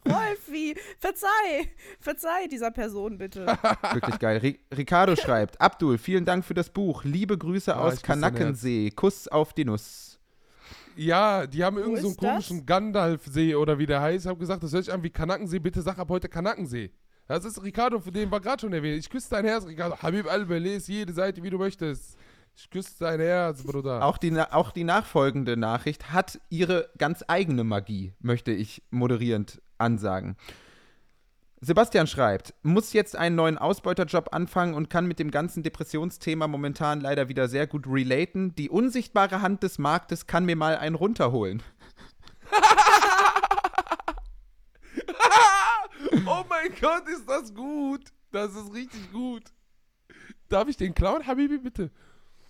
Wolfi, verzeih, verzeih dieser Person (laughs) bitte. Wirklich geil. Ri Ricardo schreibt, Abdul, vielen Dank für das Buch. Liebe Grüße ich aus küsse dein Kanackensee. Kuss auf die Nuss. Ja, die haben irgendeinen so einen ist das? komischen Gandalfsee oder wie der heißt. Hab gesagt, das hört sich an wie Kanackensee. Bitte sag ab heute Kanackensee. Das ist Ricardo, für den war gerade schon erwähnt. Ich küsse dein Herz, Ricardo. Habib Albe, lese jede Seite, wie du möchtest. Ich küsse dein Herz, Bruder. Auch die, na- auch die nachfolgende Nachricht hat ihre ganz eigene Magie, möchte ich moderierend ansagen. Sebastian schreibt, muss jetzt einen neuen Ausbeuterjob anfangen und kann mit dem ganzen Depressionsthema momentan leider wieder sehr gut relaten. Die unsichtbare Hand des Marktes kann mir mal einen runterholen. Oh mein Gott, ist das gut. Das ist richtig gut. Darf ich den klauen, Habibi, bitte?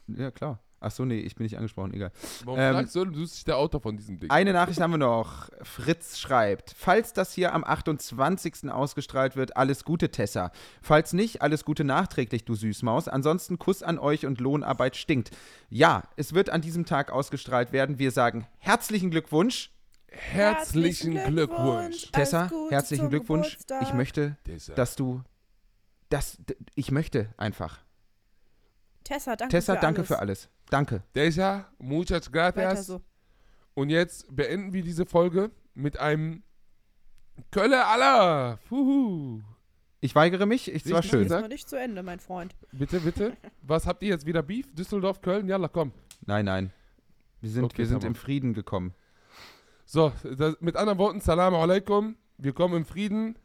Ja, klar. Ach so, nee, ich bin nicht angesprochen, egal. Warum Ähm, fragst du, du bist nicht der Autor von diesem Ding. Eine Nachricht haben wir noch. Fritz schreibt, falls das hier am 28. ausgestrahlt wird, alles Gute, Tessa. Falls nicht, alles Gute nachträglich, du Süßmaus. Ansonsten Kuss an euch und Lohnarbeit stinkt. Ja, es wird an diesem Tag ausgestrahlt werden. Wir sagen herzlichen Glückwunsch. Herzlichen Glückwunsch. Tessa, Alles Gute herzlichen zum Glückwunsch. Geburtstag. Ich möchte, Tessa. dass du, das, d- ich möchte einfach. Tessa, danke Tessa, für danke alles. für alles. Danke. Deja, muchas gracias. Weiter so. Und jetzt beenden wir diese Folge mit einem Kölle aller. Fuhu. Ich weigere mich. Ich, es war Richtig schön. Ist Sag- noch nicht zu Ende, mein Freund. Bitte, bitte. Was habt ihr jetzt wieder Beef? Düsseldorf, Köln? Jalla, komm. Nein, nein. Wir sind, Okay, wir sind Tamam. im Frieden gekommen. So, das, mit anderen Worten, Salam alaikum. Wir kommen im Frieden.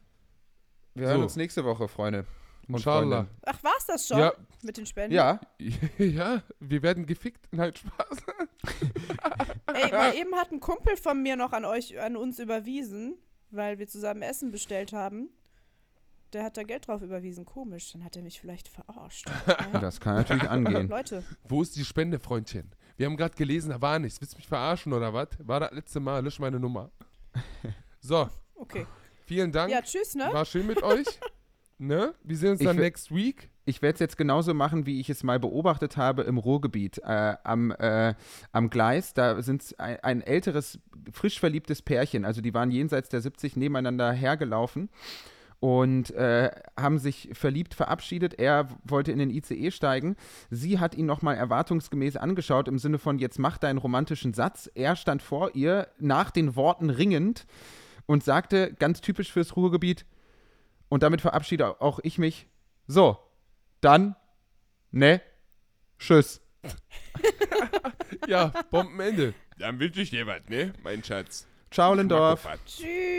Wir So. hören uns nächste Woche, Freunde. Und Inshallah. Ach, war's das schon Ja. mit den Spenden? Ja, (laughs) Ja, wir werden gefickt. Nein, Spaß. Ey, weil eben hat ein Kumpel von mir noch an euch, an uns überwiesen, weil wir zusammen Essen bestellt haben. der hat da Geld drauf überwiesen. Komisch, dann hat er mich vielleicht verarscht. Das kann natürlich angehen. Leute, Wo ist die Spende, Freundchen? Wir haben gerade gelesen, da war nichts. Willst du mich verarschen oder was? War das letzte Mal, lösch meine (laughs) Nummer. So, okay. vielen Dank. Ja, tschüss, ne? War schön (laughs) mit euch. ne? Wir sehen uns Ich dann wü- next week. Ich werde es jetzt genauso machen, wie ich es mal beobachtet habe im Ruhrgebiet äh, am, äh, am Gleis. Da sind ein, ein älteres, frisch verliebtes Pärchen, also die waren jenseits der 70 nebeneinander hergelaufen und äh, haben sich verliebt verabschiedet. Er w- wollte in den ICE steigen. Sie hat ihn nochmal erwartungsgemäß angeschaut im Sinne von, jetzt mach deinen romantischen Satz. Er stand vor ihr, nach den Worten ringend und sagte, ganz typisch fürs Ruhrgebiet, und damit verabschiede auch ich mich. So, dann, ne, tschüss. Ja, Bombenende. Dann wünsche ich dir was, ne, mein Schatz. Ciao, Lindorf. Tschüss.